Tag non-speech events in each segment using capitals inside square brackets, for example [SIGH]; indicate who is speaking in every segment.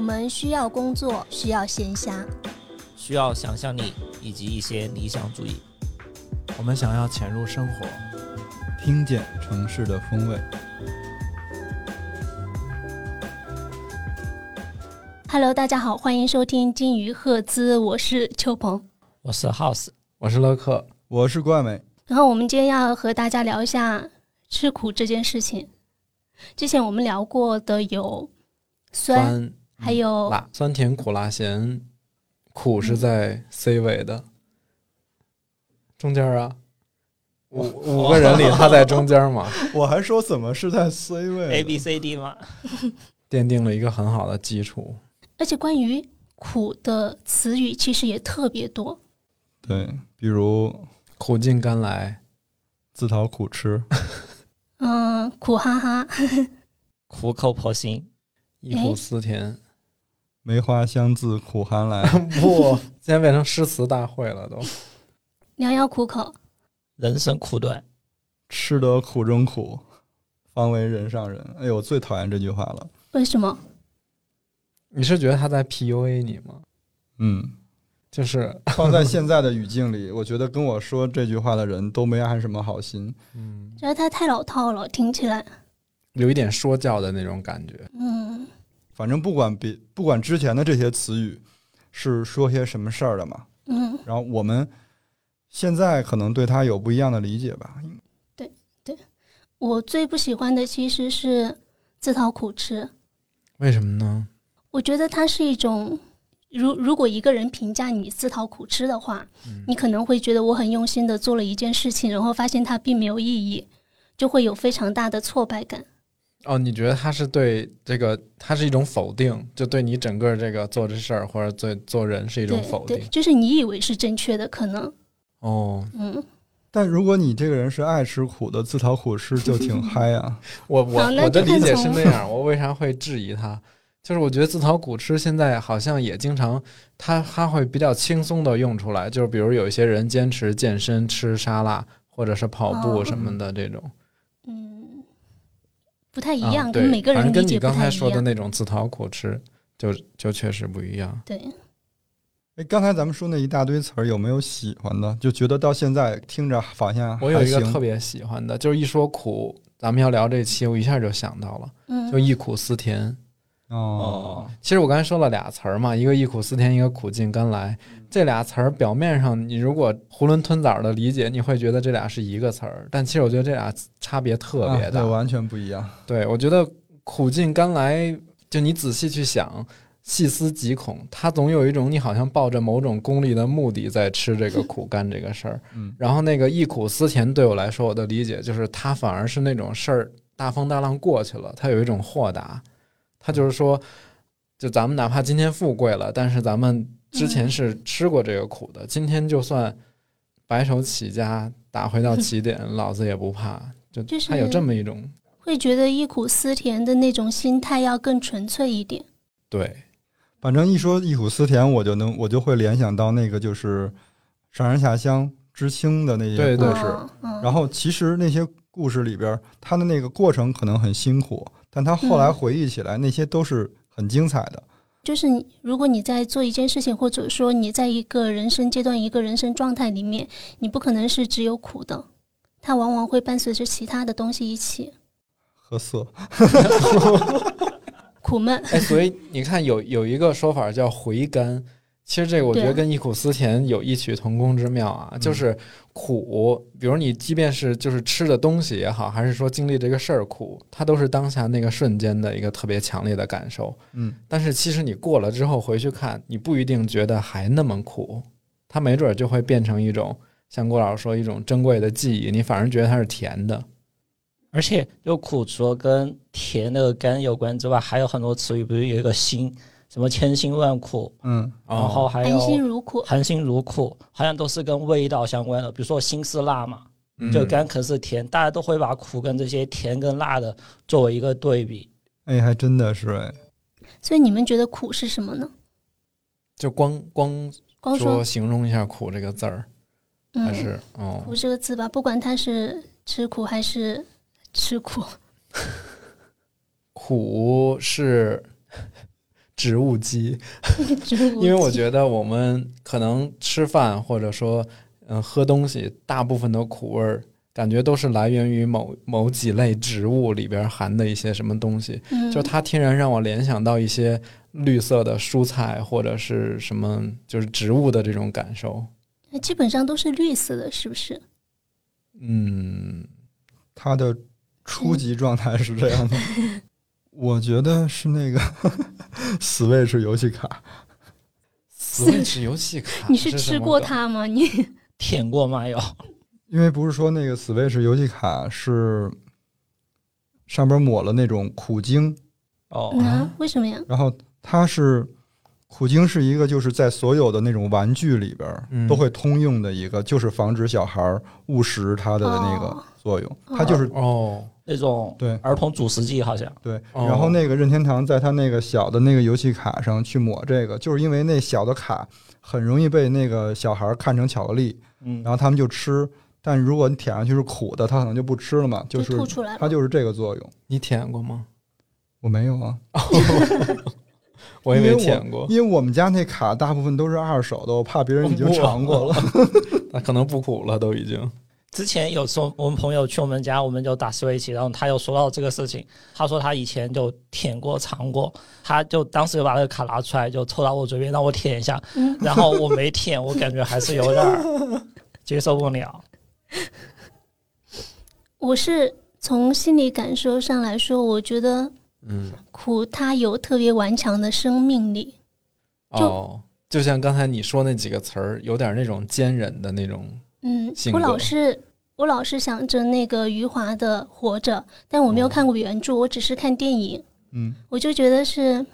Speaker 1: 们需要工作，需要闲暇，
Speaker 2: 需要想象力以及一些理想主义。
Speaker 3: 我们想要潜入生活，
Speaker 4: 听见城市的风味。
Speaker 1: Hello，大家好，欢迎收听金鱼赫兹，我是秋鹏。
Speaker 2: 我是 House，
Speaker 3: 我是乐克。
Speaker 4: 我是怪美，
Speaker 1: 然后我们今天要和大家聊一下吃苦这件事情。之前我们聊过的有酸，
Speaker 3: 酸
Speaker 1: 还有
Speaker 3: 辣、酸甜苦辣咸，苦是在 C 尾的，中间啊，五五个人里他在中间嘛， [LAUGHS]
Speaker 4: 我还说怎么是在 C 位呢
Speaker 2: A B C D 吗？
Speaker 3: 奠定了一个很好的基础。
Speaker 1: 而且关于苦的词语其实也特别多。
Speaker 4: 对，比如
Speaker 3: 苦尽甘来，
Speaker 4: 自讨苦吃， [LAUGHS]
Speaker 1: 嗯，苦哈哈，
Speaker 2: 苦口婆心，
Speaker 3: 忆苦思甜。
Speaker 4: 梅花香自苦寒
Speaker 2: [LAUGHS]
Speaker 4: 来。
Speaker 3: 哎不，现在变成诗词大会了都。
Speaker 1: 良药苦口，
Speaker 2: 人生苦短，
Speaker 4: 吃得苦中苦，方为人上人。哎呦，我最讨厌这句话了。
Speaker 1: 为什么？
Speaker 3: 你是觉得他在 PUA 你吗？
Speaker 4: 嗯，
Speaker 3: 就是，
Speaker 4: 放在现在的语境里， [LAUGHS] 我觉得跟我说这句话的人都没安什么好心。
Speaker 3: 嗯，
Speaker 1: 觉得它太老套了，听起来，
Speaker 3: 有一点说教的那种感觉。
Speaker 1: 嗯，
Speaker 4: 反正不管别不管之前的这些词语是说些什么事儿的嘛，
Speaker 1: 嗯，
Speaker 4: 然后我们现在可能对它有不一样的理解吧。
Speaker 1: 我最不喜欢的其实是自讨苦吃。
Speaker 3: 为什么呢？
Speaker 1: 我觉得它是一种，如如果一个人评价你自讨苦吃的话，
Speaker 3: 嗯
Speaker 1: 你可能会觉得我很用心的做了一件事情，然后发现它并没有意义，就会有非常大的挫败感。
Speaker 3: 哦，你觉得他是对这个，他是一种否定，就对你整个这个做这事儿或者做做人是一种
Speaker 1: 对
Speaker 3: 否
Speaker 1: 对
Speaker 3: 定，。
Speaker 1: 就是你以为是正确的，可能，
Speaker 3: 哦，
Speaker 1: 嗯，
Speaker 4: 但如果你这个人是爱吃苦的，自讨苦吃就挺嗨
Speaker 3: [LAUGHS]
Speaker 4: 啊！
Speaker 3: 我
Speaker 1: 好那
Speaker 3: 我我的
Speaker 1: 就
Speaker 3: 理解
Speaker 1: 看
Speaker 3: 是
Speaker 1: 从
Speaker 3: 那样，我为啥会质疑他？就是我觉得自讨苦吃现在好像也经常，他他会比较轻松的用出来，就是比如有一些人坚持健身、吃沙拉或者是跑步
Speaker 1: 哦
Speaker 3: 什么的这种，
Speaker 1: 嗯，不太一
Speaker 3: 啊
Speaker 1: 样，
Speaker 3: 对
Speaker 1: 跟每个
Speaker 3: 反
Speaker 1: 人
Speaker 3: 正
Speaker 1: 理
Speaker 3: 跟
Speaker 1: 解
Speaker 3: 你
Speaker 1: 不
Speaker 3: 刚
Speaker 1: 太
Speaker 3: 才
Speaker 1: 一
Speaker 3: 说的
Speaker 1: 样。
Speaker 3: 那种自讨苦吃，就就确实不一样。
Speaker 1: 对，
Speaker 4: 哎，刚才咱们说那一大堆词儿，有没有喜欢的？就觉得到现在听着好像
Speaker 3: [LAUGHS] 我有一个
Speaker 4: 还行
Speaker 3: 特别喜欢的，就是一说苦，咱们要聊这期，我一下就想到了，就
Speaker 1: 嗯，
Speaker 3: 忆苦思甜。
Speaker 4: 哦，
Speaker 3: 其实我刚才说了俩词儿嘛，一个忆苦思甜，一个苦尽甘来。这俩词儿表面上，你如果囫囵吞枣的理解，你会觉得这俩是一个词儿，但其实我觉得这俩差别特别
Speaker 4: 啊
Speaker 3: 大。
Speaker 4: 对，完全不一样。
Speaker 3: 对，我觉得苦尽甘来，就你仔细去想，细思极恐，它总有一种你好像抱着某种功利的目的在吃这个苦干这个事儿。
Speaker 4: 嗯
Speaker 3: 然后那个忆苦思甜，对我来说，我的理解就是，它反而是那种事儿大风大浪过去了，它有一种豁达，它就是说，就咱们哪怕今天富贵了，但是咱们之前是吃过这个苦的，今天就算白手起家打回到起点，老子也不怕。就
Speaker 1: 就是
Speaker 3: 它有这么一种
Speaker 1: 会觉得忆苦思甜的那种心态要更纯粹一点。
Speaker 3: 对。
Speaker 4: 反正一说忆苦思甜，我就能我就会联想到那个就是上山下乡知青的那些
Speaker 3: 对
Speaker 4: 故
Speaker 3: 对
Speaker 4: 事。
Speaker 1: 嗯，嗯
Speaker 4: 然后其实那些故事里边儿，他的那个过程可能很辛苦，但他后来
Speaker 1: 嗯
Speaker 4: 回忆起来，那些都是很精彩的。
Speaker 1: 就是你，如果你在做一件事情，或者说你在一个人生阶段、一个人生状态里面，你不可能是只有苦的，它往往会伴随着其他的东西一起，
Speaker 4: 喝色，
Speaker 1: 苦闷。
Speaker 3: [LAUGHS] 哎，所以你看有有一个说法叫回甘，其实这个我觉得
Speaker 1: 对
Speaker 3: 跟忆苦思甜有异曲同工之妙啊，就是苦，比如你即便是就是吃的东西也好，还是说经历这个事儿苦，它都是当下那个瞬间的一个特别强烈的感受。
Speaker 4: 嗯，
Speaker 3: 但是其实你过了之后回去看，你不一定觉得还那么苦，它没准儿就会变成一种像郭老师说一种珍贵的记忆，你反而觉得它是甜的。
Speaker 2: 而且就苦除了跟甜那个甘有关之外，还有很多词语，比如有一个辛，什么千辛万苦，
Speaker 4: 嗯，
Speaker 2: 然后
Speaker 3: 哦
Speaker 2: 还有
Speaker 1: 含辛茹苦，
Speaker 2: 含辛茹苦，好像都是跟味道相关的。比如说辛是辣嘛，
Speaker 3: 嗯
Speaker 2: 就甘可是甜，大家都会把苦跟这些甜跟辣的作为一个对比。
Speaker 4: 哎，还真的是哎。
Speaker 1: 所以你们觉得苦是什么呢？
Speaker 3: 就光光
Speaker 1: 光
Speaker 3: 哦说
Speaker 1: 说
Speaker 3: 形容一下“苦”这个字儿，还
Speaker 1: 嗯，
Speaker 3: 是哦，
Speaker 1: 苦这个字吧，不管它是吃苦还是 [LAUGHS] 吃苦，
Speaker 3: 苦是 [LAUGHS] 植物基，
Speaker 1: 植物
Speaker 3: 因为我
Speaker 1: 基
Speaker 3: 觉得我们可能吃饭或者说嗯喝东西，大部分的苦味儿感觉都是来源于某某几类植物里边含的一些什么东西，
Speaker 1: 嗯
Speaker 3: 就它天然让我联想到一些绿色的蔬菜或者是什么就是植物的这种感受。
Speaker 1: 那基本上都是绿色的，是不是？
Speaker 3: 嗯，
Speaker 4: 它的初级状态是这样的。
Speaker 1: 嗯
Speaker 4: [LAUGHS] 我觉得是那个 [LAUGHS] Switch 游戏卡，
Speaker 1: [LAUGHS]
Speaker 3: Switch 游戏卡，
Speaker 1: 你是
Speaker 3: 什
Speaker 1: 吃
Speaker 3: 么
Speaker 1: 过
Speaker 3: 梗？
Speaker 1: 它吗？你
Speaker 2: 舔过麻油，
Speaker 4: 因为不是说那个 Switch 游戏卡是上边抹了那种苦精，
Speaker 2: 哦，
Speaker 1: 啊？为什么呀？
Speaker 4: 然后它是苦精是一个就是在所有的那种玩具里边儿
Speaker 3: 嗯
Speaker 4: 都会通用的一个，就是防止小孩儿误食它的那个
Speaker 1: 哦
Speaker 4: 作用，
Speaker 1: 哦
Speaker 4: 它就是
Speaker 3: 哦，
Speaker 2: 那种
Speaker 4: 对
Speaker 2: 儿童主食剂好像，
Speaker 4: 对，
Speaker 3: 哦
Speaker 4: 然后那个任天堂在它那个小的那个游戏卡上去抹这个，就是因为那小的卡很容易被那个小孩看成巧克力，
Speaker 2: 嗯
Speaker 4: 然，后他们就吃。但如果你舔上去是苦的，他可能就不吃了嘛，
Speaker 1: 就是吐出来了
Speaker 4: 它就是这个作用。
Speaker 3: 你舔
Speaker 1: [LAUGHS]
Speaker 3: 过吗？
Speaker 4: 我没有啊，
Speaker 3: 我也
Speaker 4: 因为
Speaker 3: 没
Speaker 4: 我
Speaker 3: 舔过，
Speaker 4: 因为我们家那卡大部分都是二手的，我怕别人已经尝过了。
Speaker 3: 那可能不苦了，都已经。
Speaker 2: 之前有时候我们朋友去我们家，我们就打 Switch，然后他又说到这个事情，他说他以前就舔过尝过，他就当时就把那个卡拿出来就凑到我嘴边让我舔一下，
Speaker 1: 嗯
Speaker 2: 然后我没舔，我感觉还是有点儿接受不了。
Speaker 1: 我是从心理感受上来说，我觉得
Speaker 3: 嗯，
Speaker 1: 苦它有特别顽强的生命力。就
Speaker 3: 哦，就像刚才你说那几个词儿，有点那种坚忍的那种。
Speaker 1: 嗯
Speaker 3: 性，
Speaker 1: 我老
Speaker 3: 格
Speaker 1: 是我老是想着那个余华的《活着》，但我没有
Speaker 3: 哦
Speaker 1: 看过原著，我只是看电影，
Speaker 4: 嗯，
Speaker 3: [LAUGHS]
Speaker 1: 我就觉得是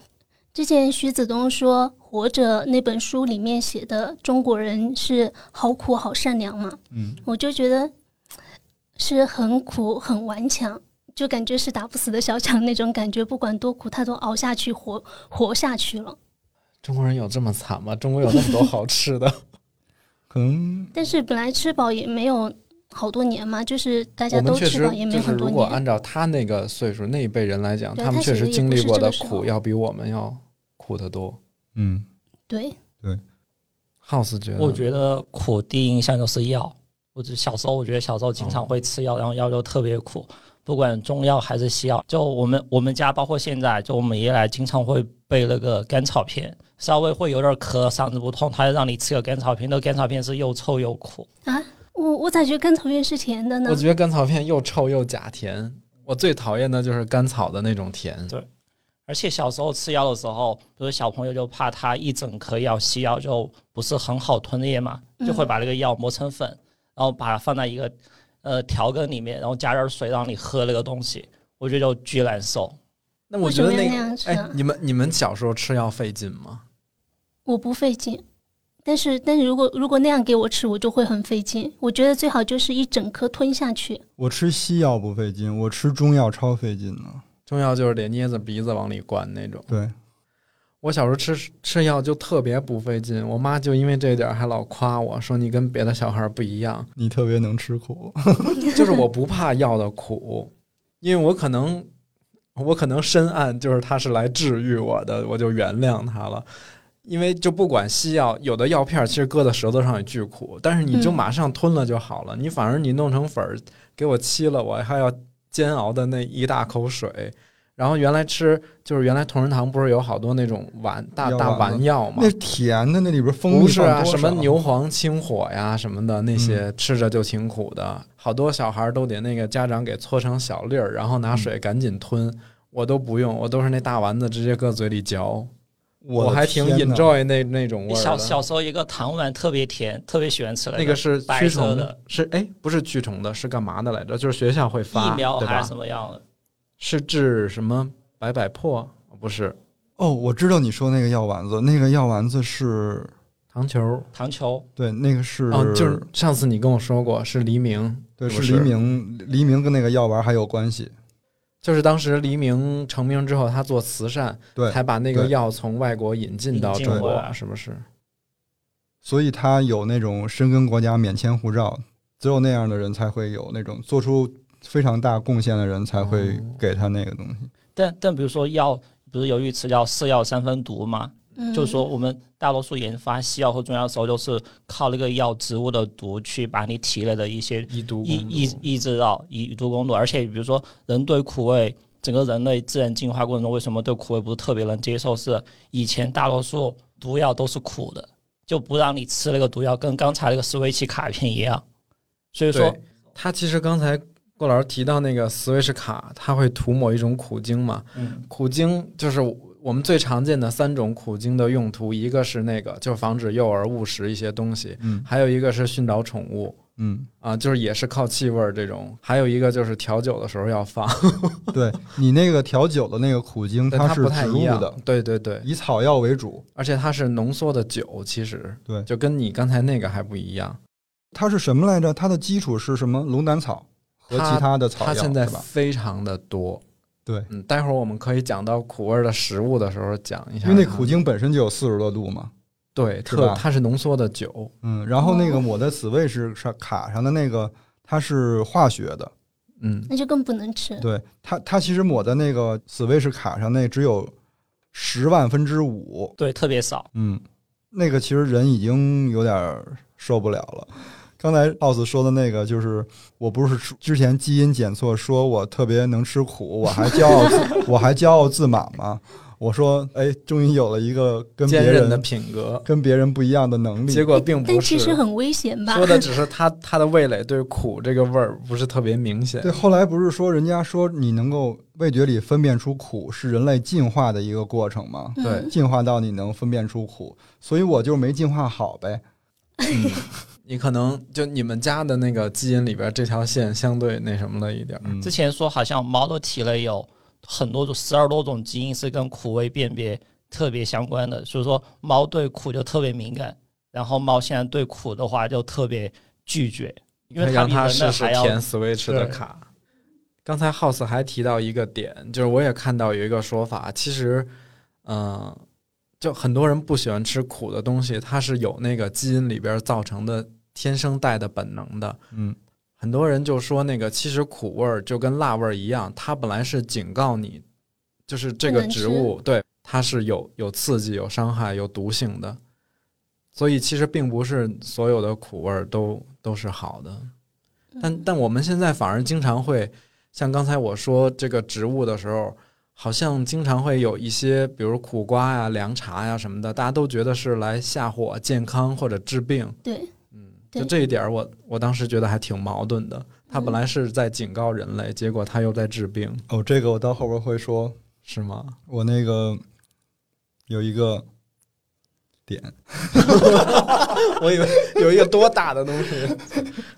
Speaker 1: 之前徐子东说《活着》那本书里面写的中国人是好苦好善良嘛，
Speaker 4: 嗯，
Speaker 1: 我就觉得是很苦很顽强。就感觉是打不死的小强那种感觉，不管多苦，他都熬下去，活活下去了。
Speaker 3: 中国人有这么惨吗？中国有那么多好吃的，
Speaker 4: 可能
Speaker 1: 但是本来吃饱也没有好多年嘛，就是 [LAUGHS] 大
Speaker 3: 我
Speaker 1: 家
Speaker 3: 们
Speaker 1: 都
Speaker 3: 确
Speaker 1: 吃
Speaker 3: 实
Speaker 1: 饱也没
Speaker 3: 就
Speaker 1: 有
Speaker 3: 是，
Speaker 1: 很多
Speaker 3: 如果
Speaker 1: 年。
Speaker 3: 按照他那个岁数那一辈人来讲，
Speaker 1: 对
Speaker 3: 他们
Speaker 1: 他
Speaker 3: 确
Speaker 1: 写
Speaker 3: 实
Speaker 1: 的也
Speaker 3: 经
Speaker 1: 不
Speaker 3: 历
Speaker 1: 是
Speaker 3: 过
Speaker 1: 这
Speaker 3: 的
Speaker 1: 个时
Speaker 3: 苦
Speaker 1: 候
Speaker 3: 要比我们要苦得多。
Speaker 4: 嗯，
Speaker 1: 对，
Speaker 3: House 觉得，
Speaker 2: 我觉得苦第一印象就是药，我只小时候我觉得小时候经常会吃
Speaker 3: 哦
Speaker 2: 药，然后药就特别苦，不管中药还是西药，就我们我们家包括现在，就我们爷爷奶经常会备那个甘草片，稍微会有点咳，嗓子不痛，他就让你吃个甘草片，那甘草片是又臭又苦，
Speaker 1: 啊我我咋觉得甘草片是甜的呢
Speaker 3: 我？觉得甘草片又臭又假甜。我最讨厌的就是甘草的那种甜。
Speaker 2: 对而且小时候吃药的时候，比如小朋友就怕他一整颗药西药就不是很好吞咽嘛，
Speaker 1: 嗯
Speaker 2: 就会把那个药磨成粉，然后把它放在一个呃调羹里面，然后加点水让你喝那个东西，我觉得就巨难受。
Speaker 3: 那
Speaker 1: 为
Speaker 3: 我
Speaker 1: 什
Speaker 3: 觉得
Speaker 1: 么要
Speaker 3: 那
Speaker 1: 那样
Speaker 3: 个，
Speaker 1: 吃
Speaker 3: 哎
Speaker 1: 啊，
Speaker 3: 你们你们小时候吃药费劲吗？
Speaker 1: 我不费劲，但是但是如果如果那样给我吃，我就会很费劲。我觉得最好就是一整颗吞下去。
Speaker 4: 我吃西药不费劲，我吃中药超费劲呢。
Speaker 3: 中药就是得捏着鼻子往里灌那种。
Speaker 4: 对，
Speaker 3: 我小时候吃吃药就特别不费劲，我妈就因为这点儿还老夸我说你跟别的小孩儿不一样，
Speaker 4: 你特别能吃苦，
Speaker 3: 就是我不怕药的苦，因为我可能我可能深谙就是他是来治愈我的，我就原谅他了。因为就不管西药，有的药片儿其实搁在舌头上也巨苦，但是你就
Speaker 1: 嗯
Speaker 3: 马上吞了就好了。你反而你弄成粉儿给我沏了，我还要煎熬的那一大口水。然后原来吃就是原来同仁堂不是有好多那种丸大
Speaker 4: 药
Speaker 3: 大
Speaker 4: 丸子
Speaker 3: 丸药吗？
Speaker 4: 那是甜的，那里边蜂
Speaker 3: 不
Speaker 4: 蜜
Speaker 3: 是
Speaker 4: 放
Speaker 3: 啊，
Speaker 4: 多
Speaker 3: 什么
Speaker 4: 少嗯
Speaker 3: 牛黄清火呀什么的，那些吃着就挺苦的，好多小孩都得那个家长给搓成小粒儿，然后
Speaker 4: 嗯
Speaker 3: 拿水赶紧吞。我都不用，我都是那大丸子直接搁嘴里嚼，
Speaker 4: 我的
Speaker 3: 还挺
Speaker 4: 天呐
Speaker 3: enjoy 那那种味儿的。
Speaker 2: 小小时候一个糖丸特别甜，特别喜欢吃
Speaker 3: 那个是
Speaker 2: 白
Speaker 3: 驱
Speaker 2: 色
Speaker 3: 虫
Speaker 2: 的
Speaker 3: 是哎不是驱虫的，是干嘛的来着？就是学校会发
Speaker 2: 疫苗
Speaker 3: 对
Speaker 2: 还
Speaker 3: 吧
Speaker 2: 是？什么样的，
Speaker 3: 是治什么百百破？不是
Speaker 4: 哦，我知道你说那个药丸子，那个药丸子是
Speaker 3: 糖球儿
Speaker 2: 糖球
Speaker 4: 对，那个是、
Speaker 3: 哦，就是上次你跟我说过是黎明，
Speaker 4: 对，
Speaker 3: 是不
Speaker 4: 黎明，黎明跟那个药丸还有关系。
Speaker 3: 就是当时黎明成名之后，他做慈善，
Speaker 4: 对，
Speaker 3: 才把那个
Speaker 4: 对
Speaker 3: 药从外国引进到
Speaker 2: 引进
Speaker 3: 中
Speaker 2: 过
Speaker 3: 国，
Speaker 2: 来
Speaker 3: 是不是？
Speaker 4: 所以他有那种深耕国家、免签护照，只有那样的人才会有那种做出非常大贡献的人才会
Speaker 3: 哦
Speaker 4: 给他那个东西。
Speaker 2: 但但比如说药，不是有一词叫“四药三分毒”嘛，
Speaker 1: 嗯，
Speaker 2: 就是说我们大多数研发西药和中药的时候，就是靠那个药植物的毒去把你体内的一些
Speaker 3: 以毒
Speaker 2: 抑
Speaker 3: 攻毒
Speaker 2: 抑抑制到以毒
Speaker 3: 嗯
Speaker 2: 攻毒，而且比如说人对苦味，整个人类自然进化过程中为什么对苦味不是特别能接受？是以前大多数毒药都是苦的，就不让你吃那个毒药，跟刚才那个斯维奇卡片一样。所以说
Speaker 3: 对，他其实刚才郭老师提到那个 Switch 卡，它会涂抹一种苦精嘛？
Speaker 2: 嗯
Speaker 3: 苦精就是我们最常见的三种苦精的用途，一个是那个就防止幼儿误食一些东西，
Speaker 4: 嗯
Speaker 3: 还有一个是训导宠物 [LAUGHS]
Speaker 4: 嗯，
Speaker 3: 啊，就是也是靠气味儿这种，还有一个就是调酒的时候
Speaker 4: [LAUGHS]
Speaker 3: 要放，
Speaker 4: 对你那个调酒的那个苦精，
Speaker 3: 但它
Speaker 4: 是
Speaker 3: 不太
Speaker 4: 植
Speaker 3: 一
Speaker 4: 物
Speaker 3: 样
Speaker 4: 的，，
Speaker 3: 对对对，
Speaker 4: 以草药为主，
Speaker 3: 而且它是浓缩的酒，其实
Speaker 4: 对
Speaker 3: 就跟你刚才那个还不一样。
Speaker 4: 它是什么来着？它的基础是什么？龙胆草和
Speaker 3: 它
Speaker 4: 其他的草
Speaker 3: 它
Speaker 4: 药，
Speaker 3: 现在
Speaker 4: 是吧？
Speaker 3: 非常的多，
Speaker 4: 对，
Speaker 3: 嗯，待会儿我们可以讲到苦味儿的食物的时候讲一下
Speaker 4: 因
Speaker 3: 它，
Speaker 4: 为那苦精本身就有四十多度嘛。
Speaker 3: 对
Speaker 4: 是
Speaker 3: 特
Speaker 4: 吧
Speaker 3: 它是浓缩的酒，
Speaker 4: 嗯，然后那个
Speaker 1: 哦
Speaker 4: 抹在 Switch 上卡上的那个，它是化学的，
Speaker 3: 嗯，
Speaker 1: 那就更不能吃。
Speaker 4: 对它它其实抹在那个 Switch 卡上那只有十万分之五，
Speaker 2: 对特别少，
Speaker 4: 嗯，那个其实人已经有点儿受不了了。刚才 House 说的那个，就是我不是说之前基因检测说我特别能吃苦，我还骄傲自我还骄傲自满吗？我说，哎，终于有了一个跟别
Speaker 3: 坚韧的
Speaker 4: 人嗯
Speaker 3: 品格，
Speaker 4: 跟别人不一样的能力
Speaker 3: 结。果并
Speaker 1: 但
Speaker 3: 不
Speaker 1: 其
Speaker 3: 是。
Speaker 1: 实很危险吧
Speaker 3: 说？的只是他他的味蕾对苦这个味儿不是特别明显
Speaker 4: 对，，后来不是说人家说你能够味觉里分辨出苦是人类进化的一个过程吗？
Speaker 1: 嗯
Speaker 3: 对
Speaker 4: 进化到你能分辨出苦，所以我就没进化好呗。
Speaker 3: 嗯，你可能就你们家的那个基因里边这条线相对那什么了一点儿，
Speaker 4: 嗯
Speaker 2: 之前说好像猫的体内有很多种十二多种基因是跟苦味辨别特别相关的，所以说猫对苦就特别敏感，然后猫现在对苦的话就特别拒绝，因为它
Speaker 3: 让
Speaker 2: 比
Speaker 3: 他
Speaker 2: 人
Speaker 3: 试
Speaker 2: 类
Speaker 3: 试
Speaker 2: 还要
Speaker 3: 填 Switch 的
Speaker 2: 对
Speaker 3: 卡。刚才 House 还提到一个点，就是我也看到有一个说法，其实，嗯、就很多人不喜欢吃苦的东西，它是有那个基因里边造成的天生带的本能的。
Speaker 4: 嗯，
Speaker 3: 很多人就说那个其实苦味儿就跟辣味儿一样，它本来是警告你，就是这个植物对它是有有刺激、有伤害、有毒性的，所以其实并不是所有的苦味儿都都是好的。
Speaker 1: 嗯
Speaker 3: 但但我们现在反而经常会，像刚才我说这个植物的时候，好像经常会有一些，比如苦瓜呀、凉茶呀什么的，大家都觉得是来下火、健康或者治病。
Speaker 1: 对，
Speaker 3: 嗯，
Speaker 1: 对嗯
Speaker 3: 就这一点儿我，我当时觉得还挺矛盾的。它本来是在警告人类，结果它又在治病，
Speaker 4: 哦，这个我到后边会说，
Speaker 3: 是吗？
Speaker 4: 我那个有一个点，
Speaker 3: 我以为 [LAUGHS] 有一个多大的东西，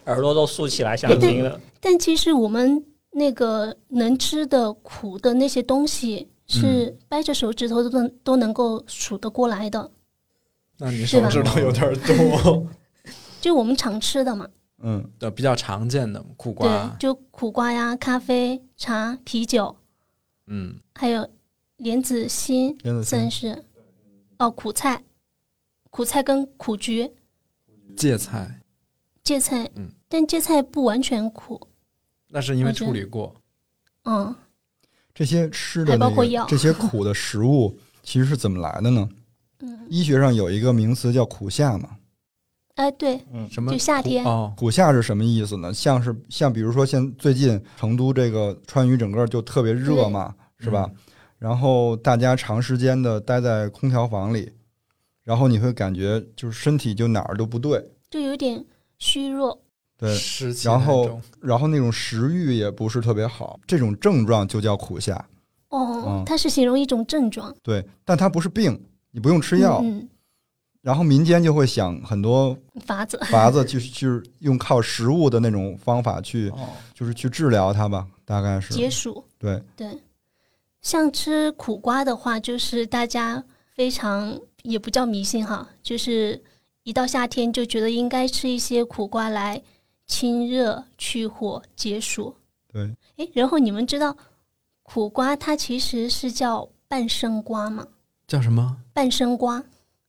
Speaker 2: 耳朵都竖起来想听了。
Speaker 1: 但其实我们那个能吃的苦的那些东西，
Speaker 4: 嗯
Speaker 1: 是掰着手指头都能都能够数得过来的，
Speaker 3: [LAUGHS] 那你
Speaker 1: 是
Speaker 3: 手
Speaker 1: 吧
Speaker 3: 指头有点
Speaker 1: [LAUGHS]
Speaker 3: 儿多。
Speaker 1: 就我们常吃的嘛。
Speaker 4: 嗯，
Speaker 3: 对，比较常见的苦
Speaker 1: 对
Speaker 3: 瓜，，
Speaker 1: 就苦瓜呀、咖啡、茶、啤酒，
Speaker 3: 嗯，
Speaker 1: 还有莲子心，
Speaker 4: 莲子心
Speaker 1: 算是哦，苦菜，苦菜跟苦菊、
Speaker 3: 芥菜，
Speaker 1: 芥菜，
Speaker 3: 嗯
Speaker 1: 但芥菜不完全苦，
Speaker 3: 那是因为
Speaker 1: 我觉得
Speaker 3: 处理过。
Speaker 1: 嗯，
Speaker 4: 这些吃的
Speaker 1: 还包
Speaker 4: 那
Speaker 1: 括
Speaker 4: 个
Speaker 1: 药
Speaker 4: 这些苦的食物，其实是怎么来的呢？
Speaker 1: 嗯
Speaker 4: 医学上有一个名词叫苦夏嘛，
Speaker 1: 哎，对，
Speaker 2: 嗯，
Speaker 3: 什么
Speaker 1: 就夏
Speaker 3: 苦
Speaker 1: 天
Speaker 3: 哦，
Speaker 4: 苦夏是什么意思呢？像是像比如说现最近成都这个川渝整个就特别热嘛，是吧？然后大家长时间的待在空调房里，然后你会感觉就是身体就哪儿都不对，
Speaker 1: 就有点虚弱，
Speaker 4: 对，
Speaker 3: 湿气
Speaker 4: 呃然
Speaker 3: 那
Speaker 4: 后
Speaker 3: 种
Speaker 4: 然后那种食欲也不是特别好，这种症状就叫苦夏。
Speaker 1: 哦，
Speaker 4: 嗯
Speaker 1: 它是形容一种症状，
Speaker 4: 对，但它不是病，你不用吃药。
Speaker 1: 嗯，
Speaker 4: 然后民间就会想很多
Speaker 1: 嗯法子，
Speaker 4: 法子去，就是用靠食物的那种方法去，
Speaker 2: 哦，
Speaker 4: 就是去治疗它吧，大概
Speaker 1: 解
Speaker 4: 是
Speaker 1: 暑，
Speaker 4: 对。
Speaker 1: 对，像吃苦瓜的话，就是大家非常也不叫迷信哈，就是一到夏天就觉得应该吃一些苦瓜来清热、去火、解暑。
Speaker 4: 对，
Speaker 1: 诶，然后你们知道苦瓜它其实是叫半生瓜吗？
Speaker 3: 叫什么？
Speaker 1: 半生瓜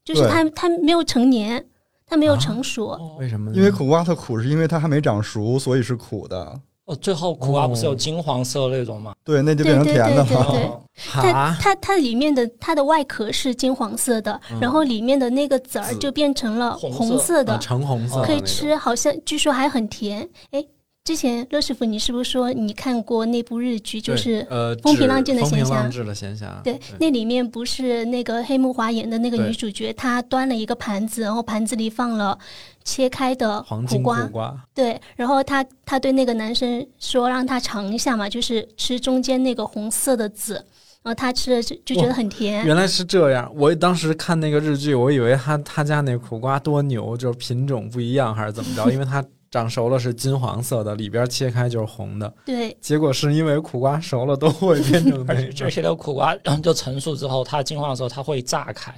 Speaker 1: 就是
Speaker 4: 对
Speaker 1: 它它没有成年，它没有
Speaker 3: 啊
Speaker 1: 成熟。
Speaker 3: 为什么
Speaker 4: 嗯
Speaker 3: 呢？
Speaker 4: 因为苦瓜它苦是因为它还没长熟，所以是苦的。
Speaker 2: 哦，最后苦瓜
Speaker 3: 哦
Speaker 2: 不是有金黄色那种吗？
Speaker 4: 对，那就变成
Speaker 1: 对对
Speaker 4: 甜的
Speaker 1: 对
Speaker 4: 了。
Speaker 1: 对
Speaker 2: 哦
Speaker 1: 它
Speaker 3: 哈，
Speaker 1: 它它里面的它的外壳是金黄色的，然后里面的那个籽儿
Speaker 3: 籽
Speaker 1: 就变成了
Speaker 2: 红色
Speaker 1: 红色的
Speaker 3: 啊，橙红色的
Speaker 1: 可以
Speaker 3: 那种
Speaker 1: 吃，好像据说还很甜。哎，之前乐师傅，你是不是说你看过那部日剧，就
Speaker 3: 对
Speaker 1: 是
Speaker 3: 呃
Speaker 1: 风平
Speaker 3: 指
Speaker 1: 浪静的
Speaker 3: 风平
Speaker 1: 闲暇
Speaker 3: 浪静的闲暇，
Speaker 1: 对，那里面不是那个黑木华演的那个
Speaker 3: 对
Speaker 1: 女主角，她端了一个盘子，然后盘子里放了切开的
Speaker 3: 黄
Speaker 1: 苦
Speaker 3: 金
Speaker 1: 瓜，哎
Speaker 3: 苦瓜，
Speaker 1: 对，然后她她对那个男生说让他尝一下嘛，就是吃中间那个红色的籽，然后他吃了就就觉得很甜。
Speaker 3: 原来是这样。我当时看那个日剧，我以为他他家那苦瓜多牛，就是品种不一样还是怎么着，因为它长熟了是金黄色的，里边切开就是红的。
Speaker 1: 对，
Speaker 3: 结果是因为苦瓜熟了都会变成那
Speaker 2: 而且
Speaker 1: [LAUGHS]
Speaker 2: 这
Speaker 3: 样。
Speaker 2: 些的苦瓜就成熟之后，它金黄的时候它会炸开，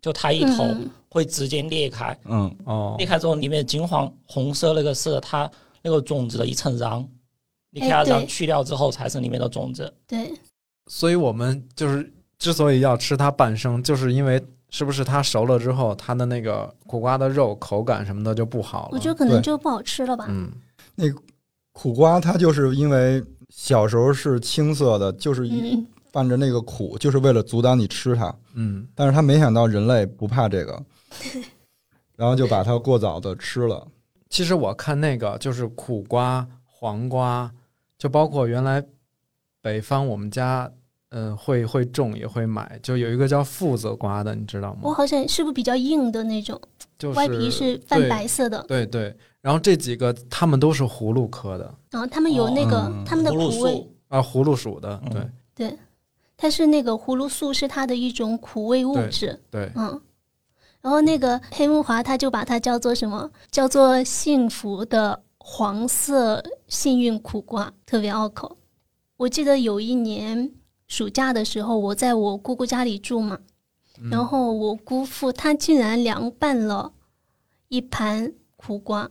Speaker 2: 就它一头
Speaker 1: 嗯
Speaker 2: 会直接裂开，
Speaker 4: 嗯，
Speaker 3: 哦
Speaker 2: 裂，开之后里面金黄红色那个是它那个种子的一层瓤，你给
Speaker 1: 哎
Speaker 2: 它
Speaker 1: 对
Speaker 2: 瓤去掉之后才是里面的种子。
Speaker 1: 对，
Speaker 3: 所以我们就是之所以要吃它半生，就是因为是不是它熟了之后，它的那个苦瓜的肉口感什么的就不好了。
Speaker 1: 我觉得可能
Speaker 4: 对
Speaker 1: 就不好吃了吧。
Speaker 3: 嗯，
Speaker 4: [LAUGHS] 苦瓜它就是因为小时候是青色的，就是一
Speaker 1: 嗯，
Speaker 4: 伴着那个苦，就是为了阻挡你吃它。
Speaker 3: 嗯，
Speaker 4: 但是它没想到人类不怕这
Speaker 1: [LAUGHS]
Speaker 4: 个，然后就把它过早的吃了。
Speaker 3: 其实我看那个就是苦瓜、黄瓜，就包括原来北方我们家，嗯、会会种也会买，就有一个叫父子瓜的，你知道
Speaker 1: 我
Speaker 3: 吗？
Speaker 1: 好像是不是比较硬的那种，
Speaker 3: 就是
Speaker 1: 外皮是泛白色的，
Speaker 3: 对对，然后这几个它们都是葫芦科的
Speaker 1: 然后他们有那个、
Speaker 4: 嗯
Speaker 1: 他们的
Speaker 2: 哦葫芦
Speaker 1: 苦味，
Speaker 2: 素
Speaker 3: 啊，葫芦属的，对、
Speaker 2: 嗯
Speaker 1: 它是那个葫芦素是它的一种苦味物
Speaker 3: 对
Speaker 1: 质，
Speaker 3: 对，
Speaker 1: 嗯。然后那个黑木华他就把它叫做什么？叫做幸福的黄色幸运苦瓜，特别拗口。我记得有一年暑假的时候，我在我姑姑家里住嘛，
Speaker 3: 嗯
Speaker 1: 然后我姑父他竟然凉拌了一盘苦瓜，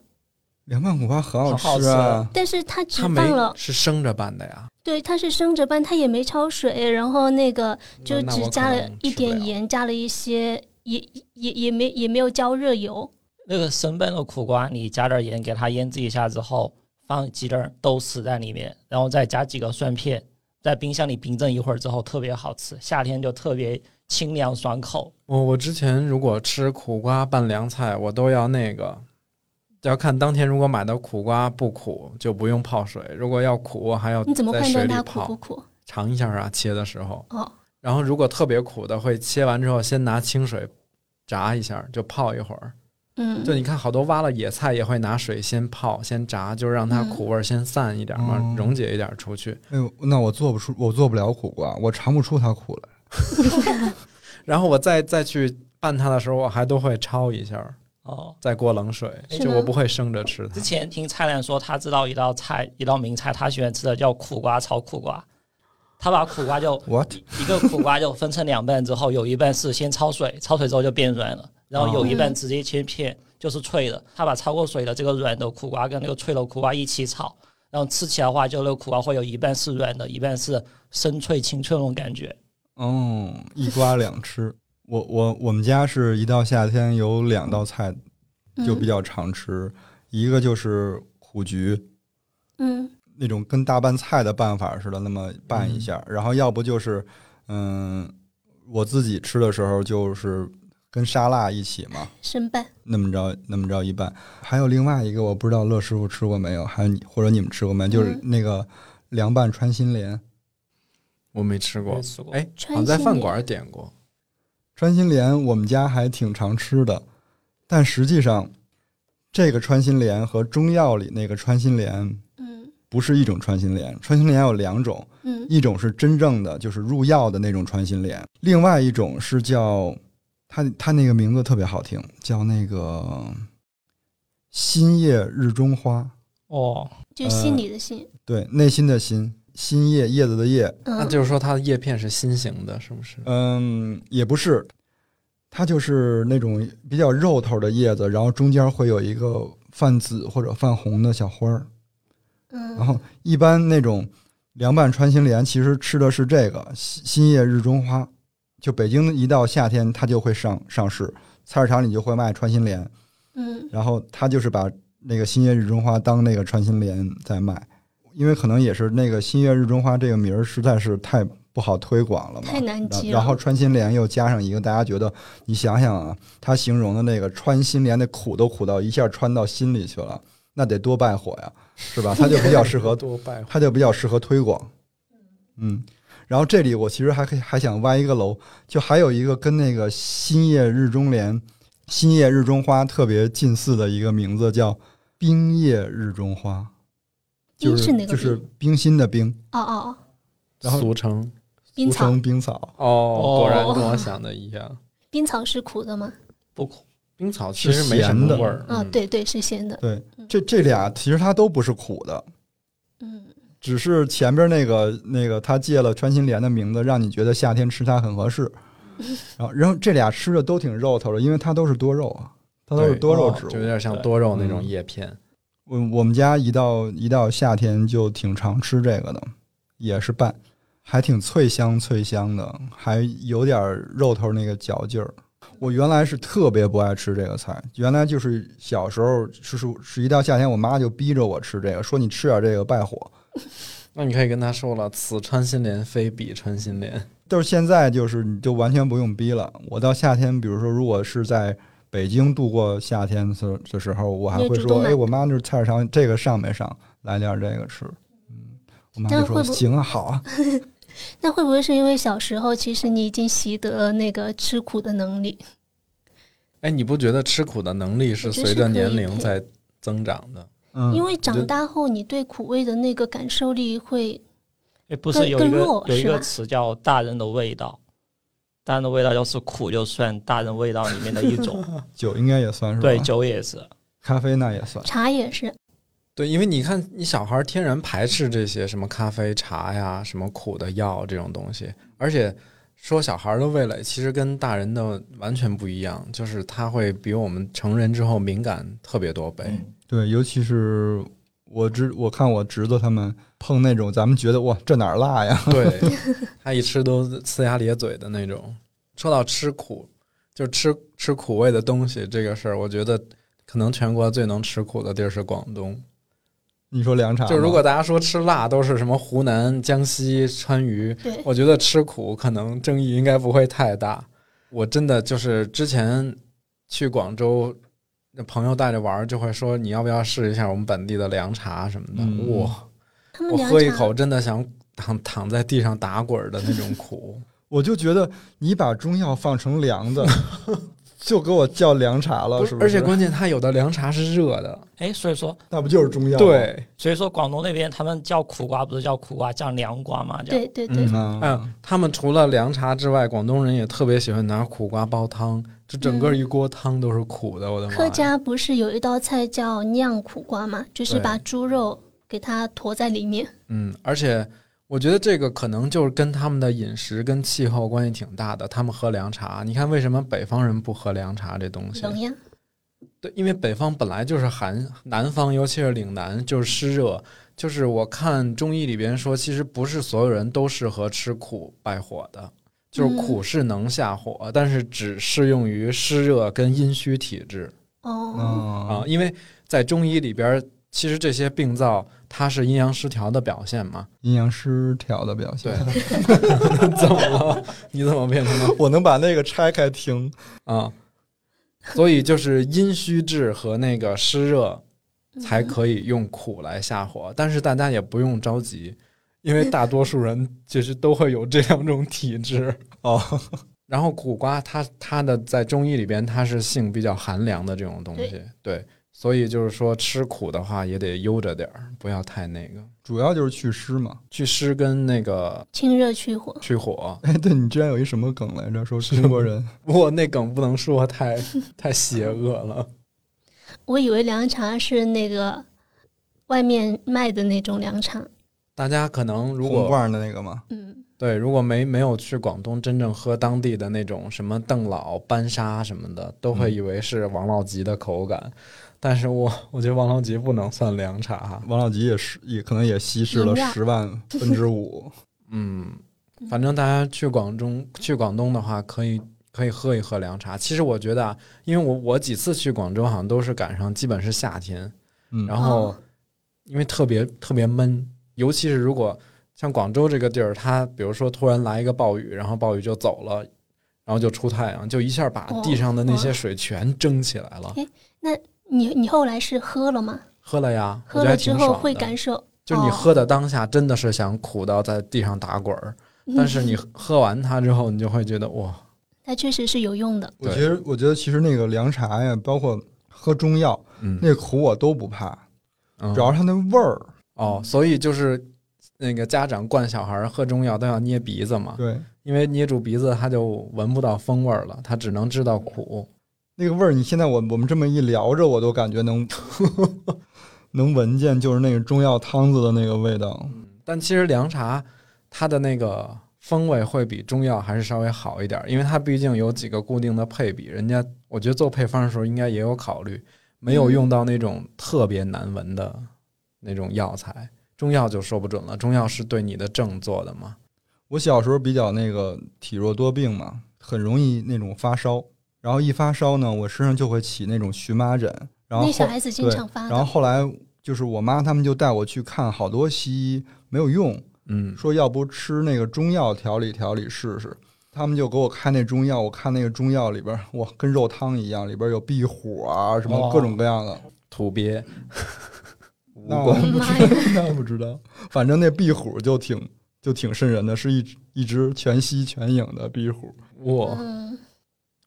Speaker 4: 凉拌苦瓜很好
Speaker 2: 很好
Speaker 4: 吃啊！
Speaker 1: 但是他只
Speaker 3: 它没
Speaker 1: 放了，
Speaker 3: 是生着拌的呀，
Speaker 1: 对，他是生着拌，他也没焯水，然后那个就
Speaker 3: 那
Speaker 1: 只
Speaker 3: 我
Speaker 1: 加
Speaker 3: 可
Speaker 1: 了
Speaker 3: 能
Speaker 1: 一
Speaker 3: 吃不
Speaker 1: 点
Speaker 3: 了
Speaker 1: 盐，加了一些，也也也没也没有浇热油，
Speaker 2: 那个生拌的苦瓜，你加点盐给它腌制一下之后，放几粒豆豉在里面，然后再加几个蒜片，在冰箱里冰镇一会儿之后，特别好吃，夏天就特别清凉爽口。
Speaker 3: 我我之前如果吃苦瓜拌凉菜，我都要那个，要看当天如果买的苦瓜不苦，就不用泡水；如果要苦，还要
Speaker 1: 你怎么
Speaker 3: 哦在
Speaker 1: 判断
Speaker 3: 水里
Speaker 1: 它苦
Speaker 3: 泡
Speaker 1: 不苦？
Speaker 3: 尝一下啊，切的时候。
Speaker 1: 哦，
Speaker 3: 然后如果特别苦的，会切完之后先拿清水炸一下，就泡一会儿。
Speaker 1: 嗯，
Speaker 3: 就你看，好多挖了野菜也会拿水先泡、先炸，就让它
Speaker 1: 嗯
Speaker 3: 苦味儿先散一点嘛，
Speaker 4: 哦
Speaker 3: 溶解一点出去。
Speaker 4: 哎呦，那我做不出，我做不了苦瓜，我尝不出它苦来。
Speaker 3: 然后我再再去拌它的时候，我还都会焯一下，
Speaker 2: 哦，
Speaker 3: 再过冷水，
Speaker 1: 是
Speaker 3: 就
Speaker 1: 吗
Speaker 3: 我不会生着吃它
Speaker 2: 之。前听蔡澜说，他知道一道菜，一道名菜，他喜欢吃的叫苦瓜炒苦瓜。他把苦瓜就
Speaker 4: What？
Speaker 2: 一个苦瓜就分成两半之后，有一半是先焯水，焯水之后就变软了，然后有一
Speaker 1: 哦
Speaker 2: 半直接切片，就是脆的。他把焯过水的这个软的苦瓜跟那个脆的苦瓜一起炒，然后吃起来的话，就那个苦瓜会有一半是软的，一半是生脆清脆那种感觉。
Speaker 4: 哦，一瓜两吃。我我我们家是一到夏天有两道菜
Speaker 1: 嗯
Speaker 4: 就比较常吃，一个就是苦菊
Speaker 1: 嗯
Speaker 4: 那种跟大拌菜的办法似的，那么拌一下，然后要不就是嗯，我自己吃的时候就是跟沙拉一起嘛
Speaker 1: 嗯，生拌，
Speaker 4: 那么着那么着一拌。还有另外一个我不知道乐师傅吃过没有，还有你或者你们吃过没有，就是
Speaker 1: 嗯
Speaker 4: 那个凉拌穿心莲。
Speaker 3: 我没吃过
Speaker 2: 没，吃过
Speaker 3: 哎，好
Speaker 1: 川
Speaker 3: 像在
Speaker 1: 西
Speaker 3: 饭
Speaker 1: 米
Speaker 3: 馆点过。
Speaker 4: 穿心莲我们家还挺常吃的，但实际上，这个穿心莲和中药里那个穿心莲
Speaker 1: 嗯
Speaker 4: 不是一种穿心莲。穿心莲有两种，
Speaker 1: 嗯
Speaker 4: 一种是真正的就是入药的那种穿心莲，另外一种是叫它它那个名字特别好听，叫那个心叶日中花，
Speaker 2: 哦，
Speaker 1: 就是心
Speaker 3: 呃
Speaker 1: 里的心，
Speaker 4: 对，内心的心，心叶叶子的叶，
Speaker 3: 那
Speaker 1: 嗯，
Speaker 3: 就是说它的叶片是心形的，是不是？
Speaker 4: 嗯，也不是，它就是那种比较肉头的叶子，然后中间会有一个泛紫或者泛红的小花儿。然
Speaker 1: 嗯
Speaker 4: 后一般那种凉拌穿心莲，其实吃的是这个新新叶日中花。就北京一到夏天，它就会上上市，菜市场里就会卖穿心莲，
Speaker 1: 嗯
Speaker 4: 然后它就是把那个新叶日中花当那个穿心莲在卖。因为可能也是那个“新月日中花”这个名儿实在是太不好推广了嘛，
Speaker 1: 太难记了
Speaker 4: 然后川心莲又加上一个，大家觉得你想想啊，他形容的那个川心莲的苦都苦到一下穿到心里去了，那得多败火呀，是吧？他就比较适合
Speaker 3: 多败坏。
Speaker 4: 它就比较适合推广。嗯，然后这里我其实还可以还想挖一个楼，就还有一个跟那个新叶日中莲、新叶日中花特别近似的一个名字叫冰叶日中花，就
Speaker 1: 冰是哪个
Speaker 4: 就
Speaker 1: 冰
Speaker 4: 是冰心的冰，
Speaker 1: 哦哦哦，
Speaker 4: 然后
Speaker 3: 俗称
Speaker 1: 冰
Speaker 4: 俗
Speaker 1: 草，
Speaker 4: 称冰草。
Speaker 3: 哦，果然
Speaker 1: 哦
Speaker 3: 跟我想的一样。
Speaker 1: 冰草是苦的吗？
Speaker 2: 不苦，
Speaker 3: 冰草其实没什
Speaker 4: 是咸
Speaker 3: 么
Speaker 4: 的
Speaker 3: 味儿，嗯
Speaker 1: 啊，对对，是咸的。
Speaker 4: 对，这这俩其实它都不是苦的，
Speaker 1: 嗯，
Speaker 4: 只是前边那个那个他借了穿心莲的名字，让你觉得夏天吃它很合适。然后，然后这俩吃的都挺肉头的，因为它都是多肉啊，它都是
Speaker 3: 对
Speaker 4: 多肉
Speaker 2: 哦
Speaker 4: 植物，
Speaker 3: 就有点像
Speaker 2: 对
Speaker 3: 多肉那
Speaker 4: 嗯
Speaker 3: 种叶片。
Speaker 4: 我我们家一到一到夏天就挺常吃这个的，也是拌，还挺脆香脆香的，还有点儿肉头那个嚼劲儿。我原来是特别不爱吃这个菜，原来就是小时候是是是一到夏天，我妈就逼着我吃这个，说你吃点这个败火。
Speaker 3: 那你可以跟他说了，此穿心莲非彼穿心莲。
Speaker 4: 但是现在就是你就完全不用逼了。我到夏天，比如说如果是在北京度过夏天的的时候，我还
Speaker 1: 你
Speaker 4: 会
Speaker 1: 主动
Speaker 4: 说，
Speaker 1: 买
Speaker 4: 哎，我妈那菜市场这个上没上，来点这个吃。嗯，我妈
Speaker 1: 但
Speaker 4: 就是
Speaker 1: 会
Speaker 4: 说
Speaker 1: 不
Speaker 4: 行啊，好啊。
Speaker 1: 那会不会是因为小时候其实你已经习得了那个吃苦的能力？
Speaker 3: 哎，你不觉得吃苦的能力是
Speaker 1: 我觉得
Speaker 3: 随着
Speaker 1: 是可以
Speaker 3: 年龄
Speaker 1: 培
Speaker 3: 在增长的？
Speaker 4: 嗯，
Speaker 1: 因为长
Speaker 3: 就
Speaker 1: 大后你对苦味的那个感受力会
Speaker 2: 哎，不
Speaker 1: 更
Speaker 2: 是有
Speaker 1: 更
Speaker 2: 一个
Speaker 1: 弱
Speaker 2: 有一
Speaker 1: 是
Speaker 2: 个
Speaker 1: 吧
Speaker 2: 词叫“大人的味道”，大人的味道要是苦，就算大人味道里面的一
Speaker 4: [LAUGHS]
Speaker 2: 种。
Speaker 4: 酒应该也算是吧
Speaker 2: 对，酒也是。
Speaker 4: 咖啡那也
Speaker 3: 啊
Speaker 4: 算。
Speaker 1: 茶也是，
Speaker 3: 对，因为你看，你小孩儿天然排斥这些什么咖啡、茶呀、什么苦的药这种东西，而且说小孩儿的味蕾其实跟大人的完全不一样，就是他会比我们成人之后敏感特别多倍。
Speaker 4: 对，尤其是我侄，我看我侄子他们碰那种咱们觉得哇这哪儿辣呀， [LAUGHS]
Speaker 3: 对他一吃都呲牙咧嘴的那种。说到吃苦，就吃吃苦味的东西这个事儿，我觉得可能全国最能吃苦的地儿是广东。
Speaker 4: 你说凉茶吗？
Speaker 3: 就如果大家说吃辣都是什么湖南、江西、川渝，
Speaker 1: [LAUGHS] 对，
Speaker 3: 我觉得吃苦可能争议应该不会太大。我真的就是之前去广州，那朋友带着玩儿就会说你要不要试一下我们本地的凉茶什么的。
Speaker 4: 嗯
Speaker 3: 哇，
Speaker 1: 他们
Speaker 3: 我
Speaker 1: 凉
Speaker 3: 喝一
Speaker 1: 茶
Speaker 3: 口真的想躺躺在地上打滚儿的那
Speaker 1: [LAUGHS]
Speaker 3: 种苦。
Speaker 4: 我就觉得你把中药放成凉
Speaker 3: [LAUGHS]
Speaker 4: 的，就给我叫凉茶了，
Speaker 3: 不
Speaker 4: 是不是？
Speaker 3: 而且关键它有的凉茶是热的，
Speaker 2: 哎，所以说，
Speaker 4: 那不就是中药吗？
Speaker 3: 对，
Speaker 2: 所以说广东那边他们叫苦瓜，不是叫苦瓜，叫凉瓜嘛？叫
Speaker 1: 对对对，
Speaker 3: 嗯
Speaker 4: 啊
Speaker 3: 嗯，他们除了凉茶之外，广东人也特别喜欢拿苦瓜煲汤，就整个
Speaker 1: 嗯
Speaker 3: 一锅汤都是苦的。我的妈呀！
Speaker 1: 客家不是有一道菜叫酿苦瓜嘛，就是
Speaker 3: 对
Speaker 1: 把猪肉给它驮在里面。
Speaker 3: 嗯，而且我觉得这个可能就是跟他们的饮食跟气候关系挺大的。他们喝凉茶，你看为什么北方人不喝凉茶这东西？
Speaker 1: 冷呀，
Speaker 3: 对，因为北方本来就是寒，南方尤其是岭南就是湿热。就是我看中医里边说，其实不是所有人都适合吃苦败火的，就是苦是能下火，但是只适用于湿热跟阴虚体质。
Speaker 1: 哦，
Speaker 3: 啊
Speaker 4: 啊，，
Speaker 3: 因为在中医里边，其实这些病灶它是阴阳失调的表现嘛。
Speaker 4: 阴阳失调的表
Speaker 3: 对
Speaker 4: 现。，
Speaker 3: 怎么了？你怎么变成了
Speaker 4: [LAUGHS] 我能把那个拆开听，
Speaker 3: 啊？所以就是阴虚质和那个湿热
Speaker 1: 嗯
Speaker 3: 才可以用苦来下火，但是大家也不用着急，因为大多数人其实都会有这两种体质
Speaker 4: 哦。
Speaker 3: 然后苦瓜它它的在中医里边它是性比较寒凉的这种东西，对，所以就是说吃苦的话也得悠着点儿，不要太那个。
Speaker 4: 主要就是祛湿嘛。
Speaker 3: 祛湿跟那个
Speaker 1: 清热去火。
Speaker 3: 去火，
Speaker 4: 哎，对你之前有一什么梗来着？说中国人
Speaker 3: 我那梗不能说太太邪恶了。
Speaker 1: 我以为凉茶是那个外面卖的那种凉茶。
Speaker 3: 大家可能如
Speaker 4: 红
Speaker 3: 果
Speaker 4: 罐儿的那个嘛，
Speaker 1: 嗯，
Speaker 3: 对如果没没有去广东真正喝当地的那种什么邓老、班沙什么的，都会
Speaker 4: 嗯
Speaker 3: 以为是王老吉的口感。但是我我觉得王老吉不能算凉茶，
Speaker 4: 王老吉也是，也可能也稀释了
Speaker 1: 饮料
Speaker 4: 十万分之
Speaker 3: [LAUGHS]
Speaker 4: 五。
Speaker 3: 嗯，反正大家去广东去广东的话，可以可以喝一喝凉茶。其实我觉得啊，因为我我几次去广州好像都是赶上基本是夏天，
Speaker 4: 嗯，
Speaker 3: 然后
Speaker 1: 哦
Speaker 3: 因为特别特别闷，尤其是如果像广州这个地儿，它比如说突然来一个暴雨，然后暴雨就走了，然后就出太阳，就一下把地上的那些水全蒸起来了。
Speaker 1: 你你后来是喝了吗？
Speaker 3: 喝了呀，
Speaker 1: 喝
Speaker 3: 我觉得还
Speaker 1: 了之
Speaker 3: 挺
Speaker 1: 后
Speaker 3: 爽
Speaker 1: 会
Speaker 3: 的。
Speaker 1: 感受，
Speaker 3: 就是你
Speaker 1: 哦
Speaker 3: 喝的当下，真的是想苦到在地上打滚儿，但是你
Speaker 1: 嗯
Speaker 3: 喝完它之后，你就会觉得哇，
Speaker 1: [LAUGHS] 它确实是有用的。
Speaker 4: 我
Speaker 3: 对
Speaker 4: 觉得，我觉得其实那个凉茶呀，包括喝中药，
Speaker 3: 嗯，
Speaker 4: 那苦我都不怕，
Speaker 3: 嗯
Speaker 4: 主要是它那味儿。
Speaker 3: 哦，所以就是那个家长灌小孩儿喝中药都要捏鼻子嘛，
Speaker 4: 对，
Speaker 3: 因为捏住鼻子他就闻不到风味儿了，他只能知道苦。
Speaker 4: 那个味儿，你现在我我们这么一聊着，我都感觉能 [LAUGHS] 能闻见，就是那个中药汤子的那个味道。
Speaker 3: 但其实凉茶它的那个风味会比中药还是稍微好一点儿，因为它毕竟有几个固定的配比，人家我觉得做配方的时候应该也有考虑，没有用到那种特别难闻的那种药材。中药就说不准了，中药是对你的症做的嘛。
Speaker 4: 我小时候比较那个体弱多病嘛，很容易那种发烧，然后一发烧呢，我身上就会起那种荨麻疹，然后
Speaker 1: 那小
Speaker 4: 后
Speaker 1: 孩子经
Speaker 4: 对
Speaker 1: 常发
Speaker 4: 然后
Speaker 1: 的，
Speaker 4: 后来就是我妈他们就带我去看好多西医，没有用，
Speaker 3: 嗯，
Speaker 4: 说要不吃那个中药调理调理试试。他们就给我开那中药，我看那个中药里边，哇，跟肉汤一样，里边有避火啊，什么
Speaker 2: 哦
Speaker 4: 各种各样的。
Speaker 3: 土鳖、蜈
Speaker 4: 那
Speaker 3: 蚣
Speaker 4: 我
Speaker 3: [LAUGHS]
Speaker 4: 不知道，那不知道。反正那壁虎就挺就挺瘆人的，是一只一只全息全影的壁虎。
Speaker 3: 哇。
Speaker 1: 嗯，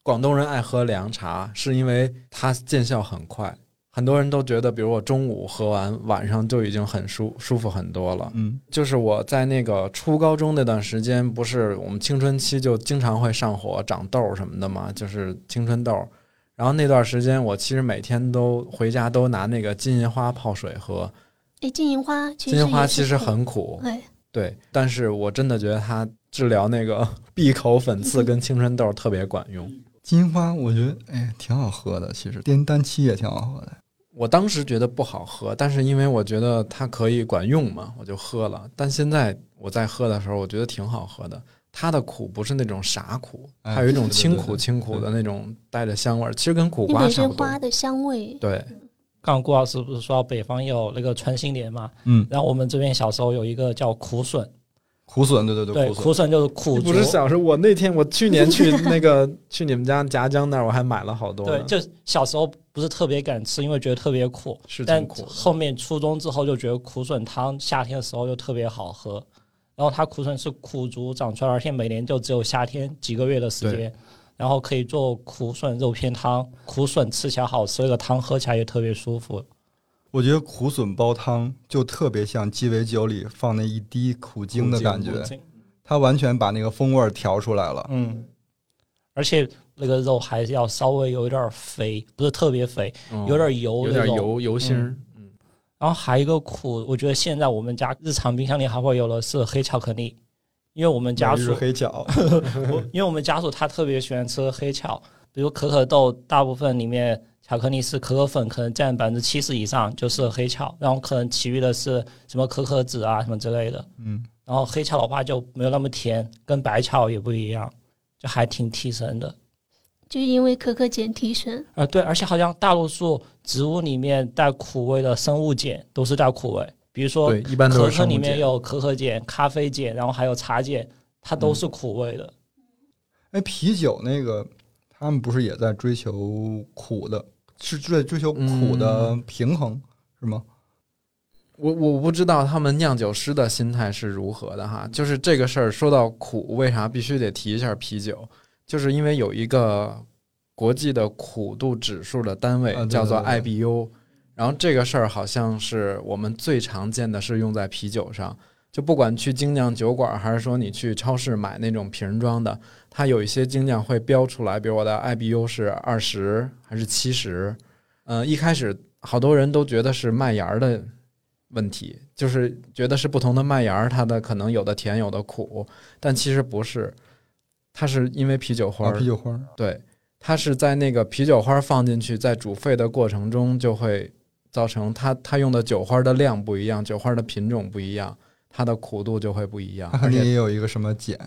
Speaker 3: 广东人爱喝凉茶，是因为它见效很快。很多人都觉得，比如我中午喝完，晚上就已经很舒舒服很多了。
Speaker 4: 嗯，
Speaker 3: 就是我在那个初高中那段时间，不是我们青春期就经常会上火、长痘什么的嘛，就是青春痘。然后那段时间，我其实每天都回家都拿那个金银花泡水喝。
Speaker 1: 哎，金银花其
Speaker 3: 金
Speaker 1: 实
Speaker 3: 银花
Speaker 1: 也
Speaker 3: 其
Speaker 1: 是
Speaker 3: 实很苦，
Speaker 1: 哎，
Speaker 3: 对，但是我真的觉得它治疗那个 [LAUGHS] 闭口粉刺跟青春痘特别管用。
Speaker 4: 金花我觉得哎挺好喝的，其实颠单七也挺好喝的。
Speaker 3: 我当时觉得不好喝，但是因为我觉得它可以管用嘛，我就喝了。但现在我在喝的时候，我觉得挺好喝的。它的苦不是那种傻苦，
Speaker 4: 哎
Speaker 3: 还有一种清
Speaker 4: 对对
Speaker 3: 苦
Speaker 4: 对
Speaker 3: 清苦的那种带着香味儿，其实跟苦
Speaker 1: 那
Speaker 3: 瓜
Speaker 1: 得是
Speaker 3: 差不多
Speaker 1: 花。的香味，
Speaker 3: 对，
Speaker 2: 刚刚顾老师不是说北方有那个穿心莲嘛？
Speaker 4: 嗯，
Speaker 2: 然后我们这边小时候有一个叫苦笋，
Speaker 4: 苦笋，对对
Speaker 2: 对，
Speaker 4: 苦
Speaker 2: 苦
Speaker 4: 笋。
Speaker 2: 笋就是苦
Speaker 3: 不是
Speaker 2: 竹，
Speaker 3: 小时候，我那天我去年去那个去你们家夹江那儿，我还买了好多呢。
Speaker 2: 对，就小时候不是特别敢吃，因为觉得特别苦。
Speaker 3: 是挺
Speaker 2: 但
Speaker 3: 苦的。
Speaker 2: 后面初中之后就觉得苦笋汤夏天的时候就特别好喝，然后它苦笋是苦竹长出来，而且每年就只有夏天几个月的时间，然后可以做苦笋肉片汤，苦笋吃起来好吃，那个汤喝起来也特别舒服。
Speaker 4: 我觉得苦笋煲汤就特别像鸡尾酒里放那一滴苦精的感觉，它完全把那个风味儿调出来了。
Speaker 2: 嗯，而且那个肉还是要稍微有一点儿肥，不是特别肥，
Speaker 3: 嗯
Speaker 2: 有点油
Speaker 3: 有
Speaker 2: 那
Speaker 3: 点
Speaker 2: 种。
Speaker 3: 油油心儿。嗯，
Speaker 2: 然后还有一个苦，我觉得现在我们家日常冰箱里还会有的是黑巧克力，因为我们家
Speaker 4: 每日
Speaker 2: 属
Speaker 4: 黑 [LAUGHS] 巧，
Speaker 2: 我因为我们家属他特别喜欢吃黑巧，比如可可豆，大部分里面巧克力是可可粉，可能占百分之七十以上就是黑巧，然后可能其余的是什么可可脂啊什么之类的。
Speaker 4: 嗯，
Speaker 2: 然后黑巧的话就没有那么甜，跟白巧也不一样，就还挺提神的。
Speaker 1: 就是因为可可碱提神。
Speaker 2: 呃，对，而且好像大多数植物里面带苦味的生物碱都是带苦味，比如说
Speaker 3: 对，一般都
Speaker 2: 可
Speaker 3: 是
Speaker 2: 可
Speaker 3: 生
Speaker 2: 里
Speaker 3: 物
Speaker 2: 面
Speaker 3: 碱。
Speaker 2: 有可可碱、咖啡碱，然后还有茶碱，它
Speaker 3: 嗯
Speaker 2: 都是苦味的。
Speaker 4: 哎，啤酒那个他们不是也在追求苦的，是在追求苦的
Speaker 3: 嗯
Speaker 4: 平衡、是吗？
Speaker 3: 我我不知道他们酿酒师的心态是如何的哈，就是这个事儿说到苦，为啥必须得提一下啤酒？就是因为有一个国际的苦度指数的单位
Speaker 4: 啊对
Speaker 3: 叫做
Speaker 4: 对
Speaker 3: IBU，然后这个事儿好像是我们最常见的是用在啤酒上，就不管去精酿酒馆还是说你去超市买那种瓶装的，它有一些精酿会标出来，比如我的 IBU 是二十还是七十，嗯，一开始好多人都觉得是麦芽儿的问题，就是觉得是不同的麦芽儿，它的可能有的甜，有的苦，但其实不是，它是因为啤酒花
Speaker 4: 啊，
Speaker 3: 儿，
Speaker 4: 啤酒花儿，
Speaker 3: 对，它是在那个啤酒花儿放进去，在煮沸的过程中就会造成它它用的酒花儿的量不一样，酒花儿的品种不一样，它的苦度就会不一样
Speaker 4: 它，
Speaker 3: 而
Speaker 4: 肯定
Speaker 3: 且
Speaker 4: 也有一个什么碱，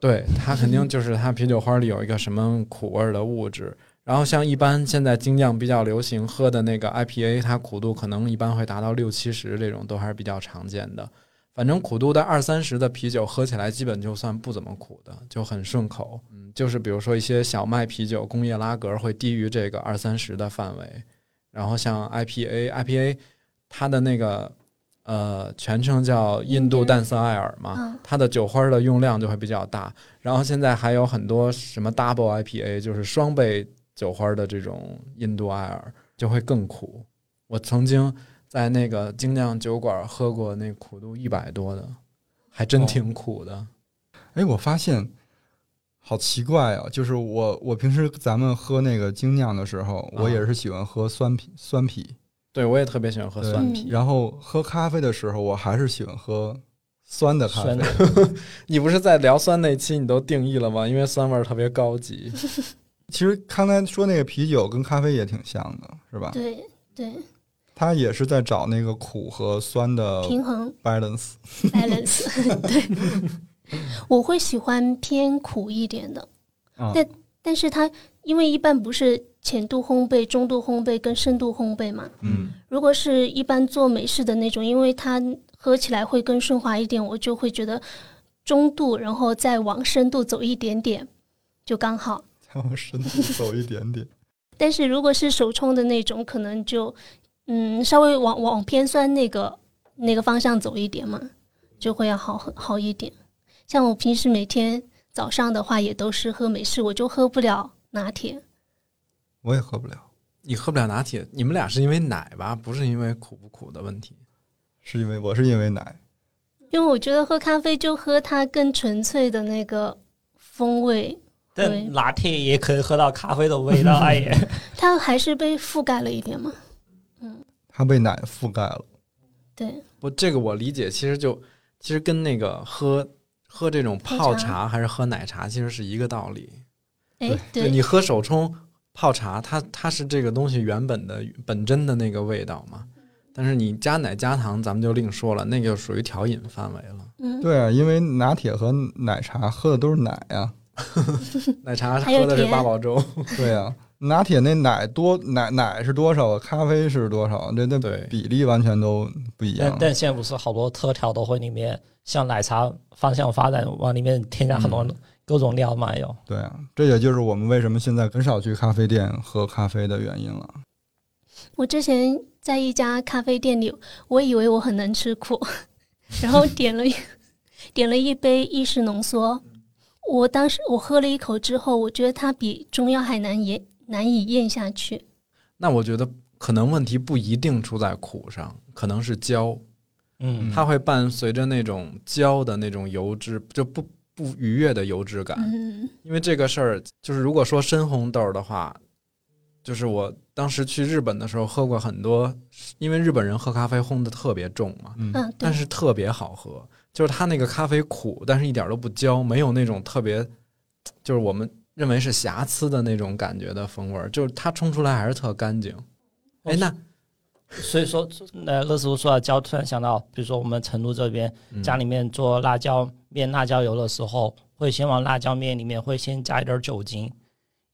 Speaker 3: 对它肯定就是它啤酒花里有一个什么苦味儿的物质，然后像一般现在精酿比较流行喝的那个 IPA，它苦度可能一般会达到六七十，这种都还是比较常见的。反正苦度在二三十的啤酒喝起来基本就算不怎么苦的，就很顺口。嗯，就是比如说一些小麦啤酒、工业拉格会低于这个二三十的范围。然后像 IPA，IPA 它的那个呃全称叫印度淡色艾尔嘛，
Speaker 1: 嗯，
Speaker 3: 它的酒花的用量就会比较大。然后现在还有很多什么 double IPA，就是双倍酒花的这种印度艾尔，就会更苦。我曾经在那个精酿酒馆喝过那苦度一百多的，还真挺苦的。
Speaker 4: 哎，我发现好奇怪啊！就是我我平时咱们喝那个精酿的时候，我也是喜欢喝酸啤酸啤，
Speaker 3: 对我也特别喜欢喝
Speaker 4: 对
Speaker 3: 酸
Speaker 1: 嗯
Speaker 3: 啤，
Speaker 4: 然后喝咖啡的时候，我还是喜欢喝酸的咖
Speaker 2: 酸
Speaker 4: 啡
Speaker 2: 的。
Speaker 3: 你不是在聊酸那期你都定义了吗？因为酸味儿特别高级。
Speaker 4: 其实刚才说那个啤酒跟咖啡也挺像的，是
Speaker 3: 啊
Speaker 4: 吧？
Speaker 1: 对对，
Speaker 4: 它也是在找那个苦和酸的
Speaker 3: 呃
Speaker 1: 平
Speaker 3: [LAUGHS]
Speaker 1: 衡
Speaker 4: balance。
Speaker 1: balance，对， [LAUGHS] 我会喜欢偏苦一点的，
Speaker 4: 啊
Speaker 1: 但但是它因为一般不是浅度烘焙、中度烘焙跟深度烘焙嘛，
Speaker 4: 嗯，
Speaker 1: 如果是一般做美式的那种，因为它喝起来会更顺滑一点，我就会觉得中度，然后再往深度走一点点，就刚好。
Speaker 4: 再往深度走一点点。
Speaker 1: 但是如果是手冲的那种，可能就嗯稍微往往偏酸那个那个方向走一点嘛，就会要好好一点。像我平时每天早上的话，也都是喝美式，我就喝不了拿铁。
Speaker 4: 我也喝不了，
Speaker 3: [LAUGHS] 你喝不了拿铁，你们俩是因为奶吧，不是因为苦不苦的问题。
Speaker 4: 是因为我是因为奶。
Speaker 1: 因为我觉得喝咖啡就喝它更纯粹的那个风味，对
Speaker 2: [LAUGHS] 但拿铁也可以喝到咖啡的味道，
Speaker 3: [LAUGHS]
Speaker 2: 哎呀，
Speaker 1: 它还是被覆盖了一点嘛。
Speaker 4: 它被奶覆盖了，
Speaker 1: 对，
Speaker 3: 不，这个我理解，其实就其实跟那个喝喝这种泡
Speaker 1: 喝
Speaker 3: 茶
Speaker 1: 茶
Speaker 3: 还是喝奶茶其实是一个道理。
Speaker 1: 哎，
Speaker 3: 就
Speaker 1: 对，
Speaker 3: 你喝手冲泡茶，它它是这个东西原本的本真的那个味道嘛。但是你加奶加糖，咱们就另说了，那个就属于调饮范围了。
Speaker 1: 嗯，
Speaker 4: 对啊，因为拿铁和奶茶喝的都是奶啊呀、
Speaker 3: 奶茶
Speaker 1: 还有
Speaker 3: 喝的是
Speaker 1: 甜
Speaker 3: 八宝粥， [LAUGHS]
Speaker 4: [LAUGHS] 对呀、拿铁那奶多奶奶是多少啊？咖啡是多少？这这
Speaker 3: 对
Speaker 4: 比例完全都不
Speaker 3: 啊
Speaker 4: 一样
Speaker 2: 但。但现在不是好多特调都会里面向奶茶方向发展，往里面添加很多
Speaker 3: 嗯
Speaker 2: 各种料嘛，有。
Speaker 4: 对啊，这也就是我们为什么现在很少去咖啡店喝咖啡的原因了。
Speaker 1: 我之前在一家咖啡店里，我以为我很能吃苦， [LAUGHS] 然后点了一 [LAUGHS] 点了一杯意式浓缩。我当时我喝了一口之后，我觉得它比中药还难咽，难以咽下去。
Speaker 3: 那我觉得可能问题不一定出在苦上，可能是焦。
Speaker 2: 嗯，
Speaker 3: 它会伴随着那种焦的那种油脂，就不不愉悦的油脂感。
Speaker 1: 嗯，
Speaker 3: 因为这个事儿，就是如果说深红豆的话，就是我当时去日本的时候喝过很多，因为日本人喝咖啡烘的特别重嘛，
Speaker 4: 嗯，
Speaker 1: 嗯，对
Speaker 3: 但，是特别好喝，就是它那个咖啡苦，但是一点都不焦，没有那种特别，就是我们认为是瑕疵的那种感觉的风味儿，就是它冲出来还是特干净。哎，那
Speaker 2: 所以说，呃，乐师傅说到椒，突然想到，比如说我们成都这边
Speaker 4: 嗯
Speaker 2: 家里面做辣椒面、辣椒油的时候，会先往辣椒面里面会先加一点酒精，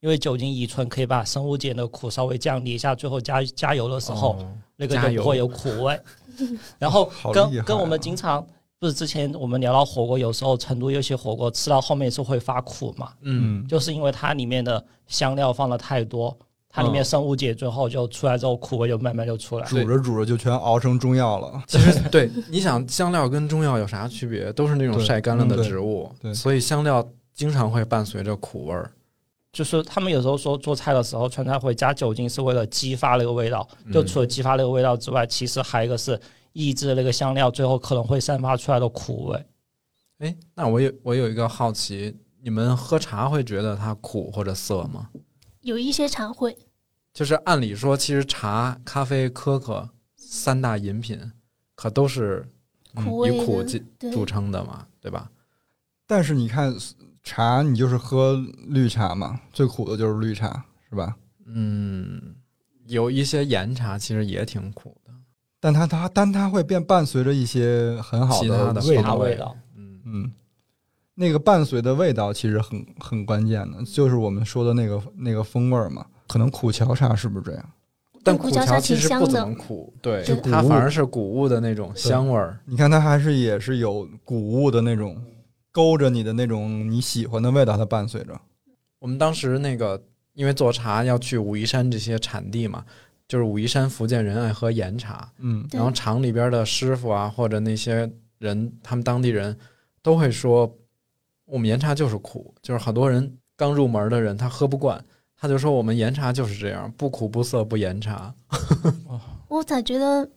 Speaker 2: 因为酒精乙醇可以把生物碱的苦稍微降低一下，最后加加油的时候，
Speaker 3: 哦
Speaker 2: 那个
Speaker 3: 加
Speaker 2: 就
Speaker 3: 油
Speaker 2: 不会有苦味。
Speaker 4: [LAUGHS]
Speaker 2: 然后
Speaker 4: 好
Speaker 2: 跟、
Speaker 4: 厉害
Speaker 2: 跟我
Speaker 4: 啊
Speaker 2: 们经常不是之前我们聊到火锅，有时候成都有些火锅吃到后面是会发苦嘛，
Speaker 3: 嗯，
Speaker 4: 嗯，
Speaker 2: 就是因为它里面的香料放的太多，它里面
Speaker 4: 哦
Speaker 3: 嗯
Speaker 2: 生物碱最后就出来之后苦味就慢慢就出来了。
Speaker 4: 煮着煮着就全熬成中药了。
Speaker 3: 其实对，你想香料跟中药有啥区别？都是那种
Speaker 4: 对
Speaker 3: 晒干了
Speaker 4: 嗯
Speaker 3: 的
Speaker 4: 对
Speaker 3: 植物，
Speaker 4: 对
Speaker 3: 所以香料经常会伴随着苦味儿。
Speaker 2: 就是他们有时候说做菜的时候，川菜会加酒精是为了激发那个味道。
Speaker 3: 嗯
Speaker 2: 就除了激发那个味道之外，其实还有一个是抑制那个香料最后可能会散发出来的苦味。
Speaker 3: 哎，那我有我有一个好奇，你们喝茶会觉得它苦或者涩吗？
Speaker 1: 有一些茶会，
Speaker 3: 就是按理说，其实茶、咖啡、可可三大饮品可都是
Speaker 4: 嗯
Speaker 1: 苦
Speaker 3: 以
Speaker 1: 味
Speaker 3: 苦
Speaker 1: 的，
Speaker 3: 进
Speaker 1: 对，
Speaker 3: 著称的嘛，对吧？
Speaker 4: 但是你看茶，你就是喝绿茶嘛，最苦的就是绿茶，是吧？
Speaker 3: 嗯，有一些岩茶其实也挺苦的，
Speaker 4: 但它它但它会变伴随着一些很好
Speaker 3: 其他的
Speaker 4: 味
Speaker 3: 风
Speaker 2: 茶
Speaker 4: 道，
Speaker 2: 味道，
Speaker 3: 嗯
Speaker 4: 嗯，那个伴随的味道其实很很关键的，就是我们说的那个那个风味儿嘛。可能苦荞茶是不是这样？
Speaker 3: 但
Speaker 1: 苦
Speaker 3: 苦
Speaker 1: 荞茶
Speaker 3: 荞其
Speaker 1: 挺
Speaker 3: 实
Speaker 1: 香
Speaker 3: 不
Speaker 1: 的
Speaker 3: 怎么苦，对
Speaker 1: 就，
Speaker 3: 它
Speaker 4: 谷物
Speaker 3: 反而是谷物的那种香味儿。
Speaker 4: 你看它还是也是有谷物的那种勾着你的那种你喜欢的味道，它伴随着。
Speaker 3: 我们当时那个因为做茶要去武夷山这些产地嘛，就是武夷山福建人爱喝岩茶，
Speaker 4: 嗯
Speaker 1: 对
Speaker 3: 然后厂里边的师傅啊或者那些人，他们当地人都会说，我们岩茶就是苦，就是好多人刚入门的人他喝不惯，他就说我们岩茶就是这样，不苦不涩不岩茶，
Speaker 1: 我咋觉得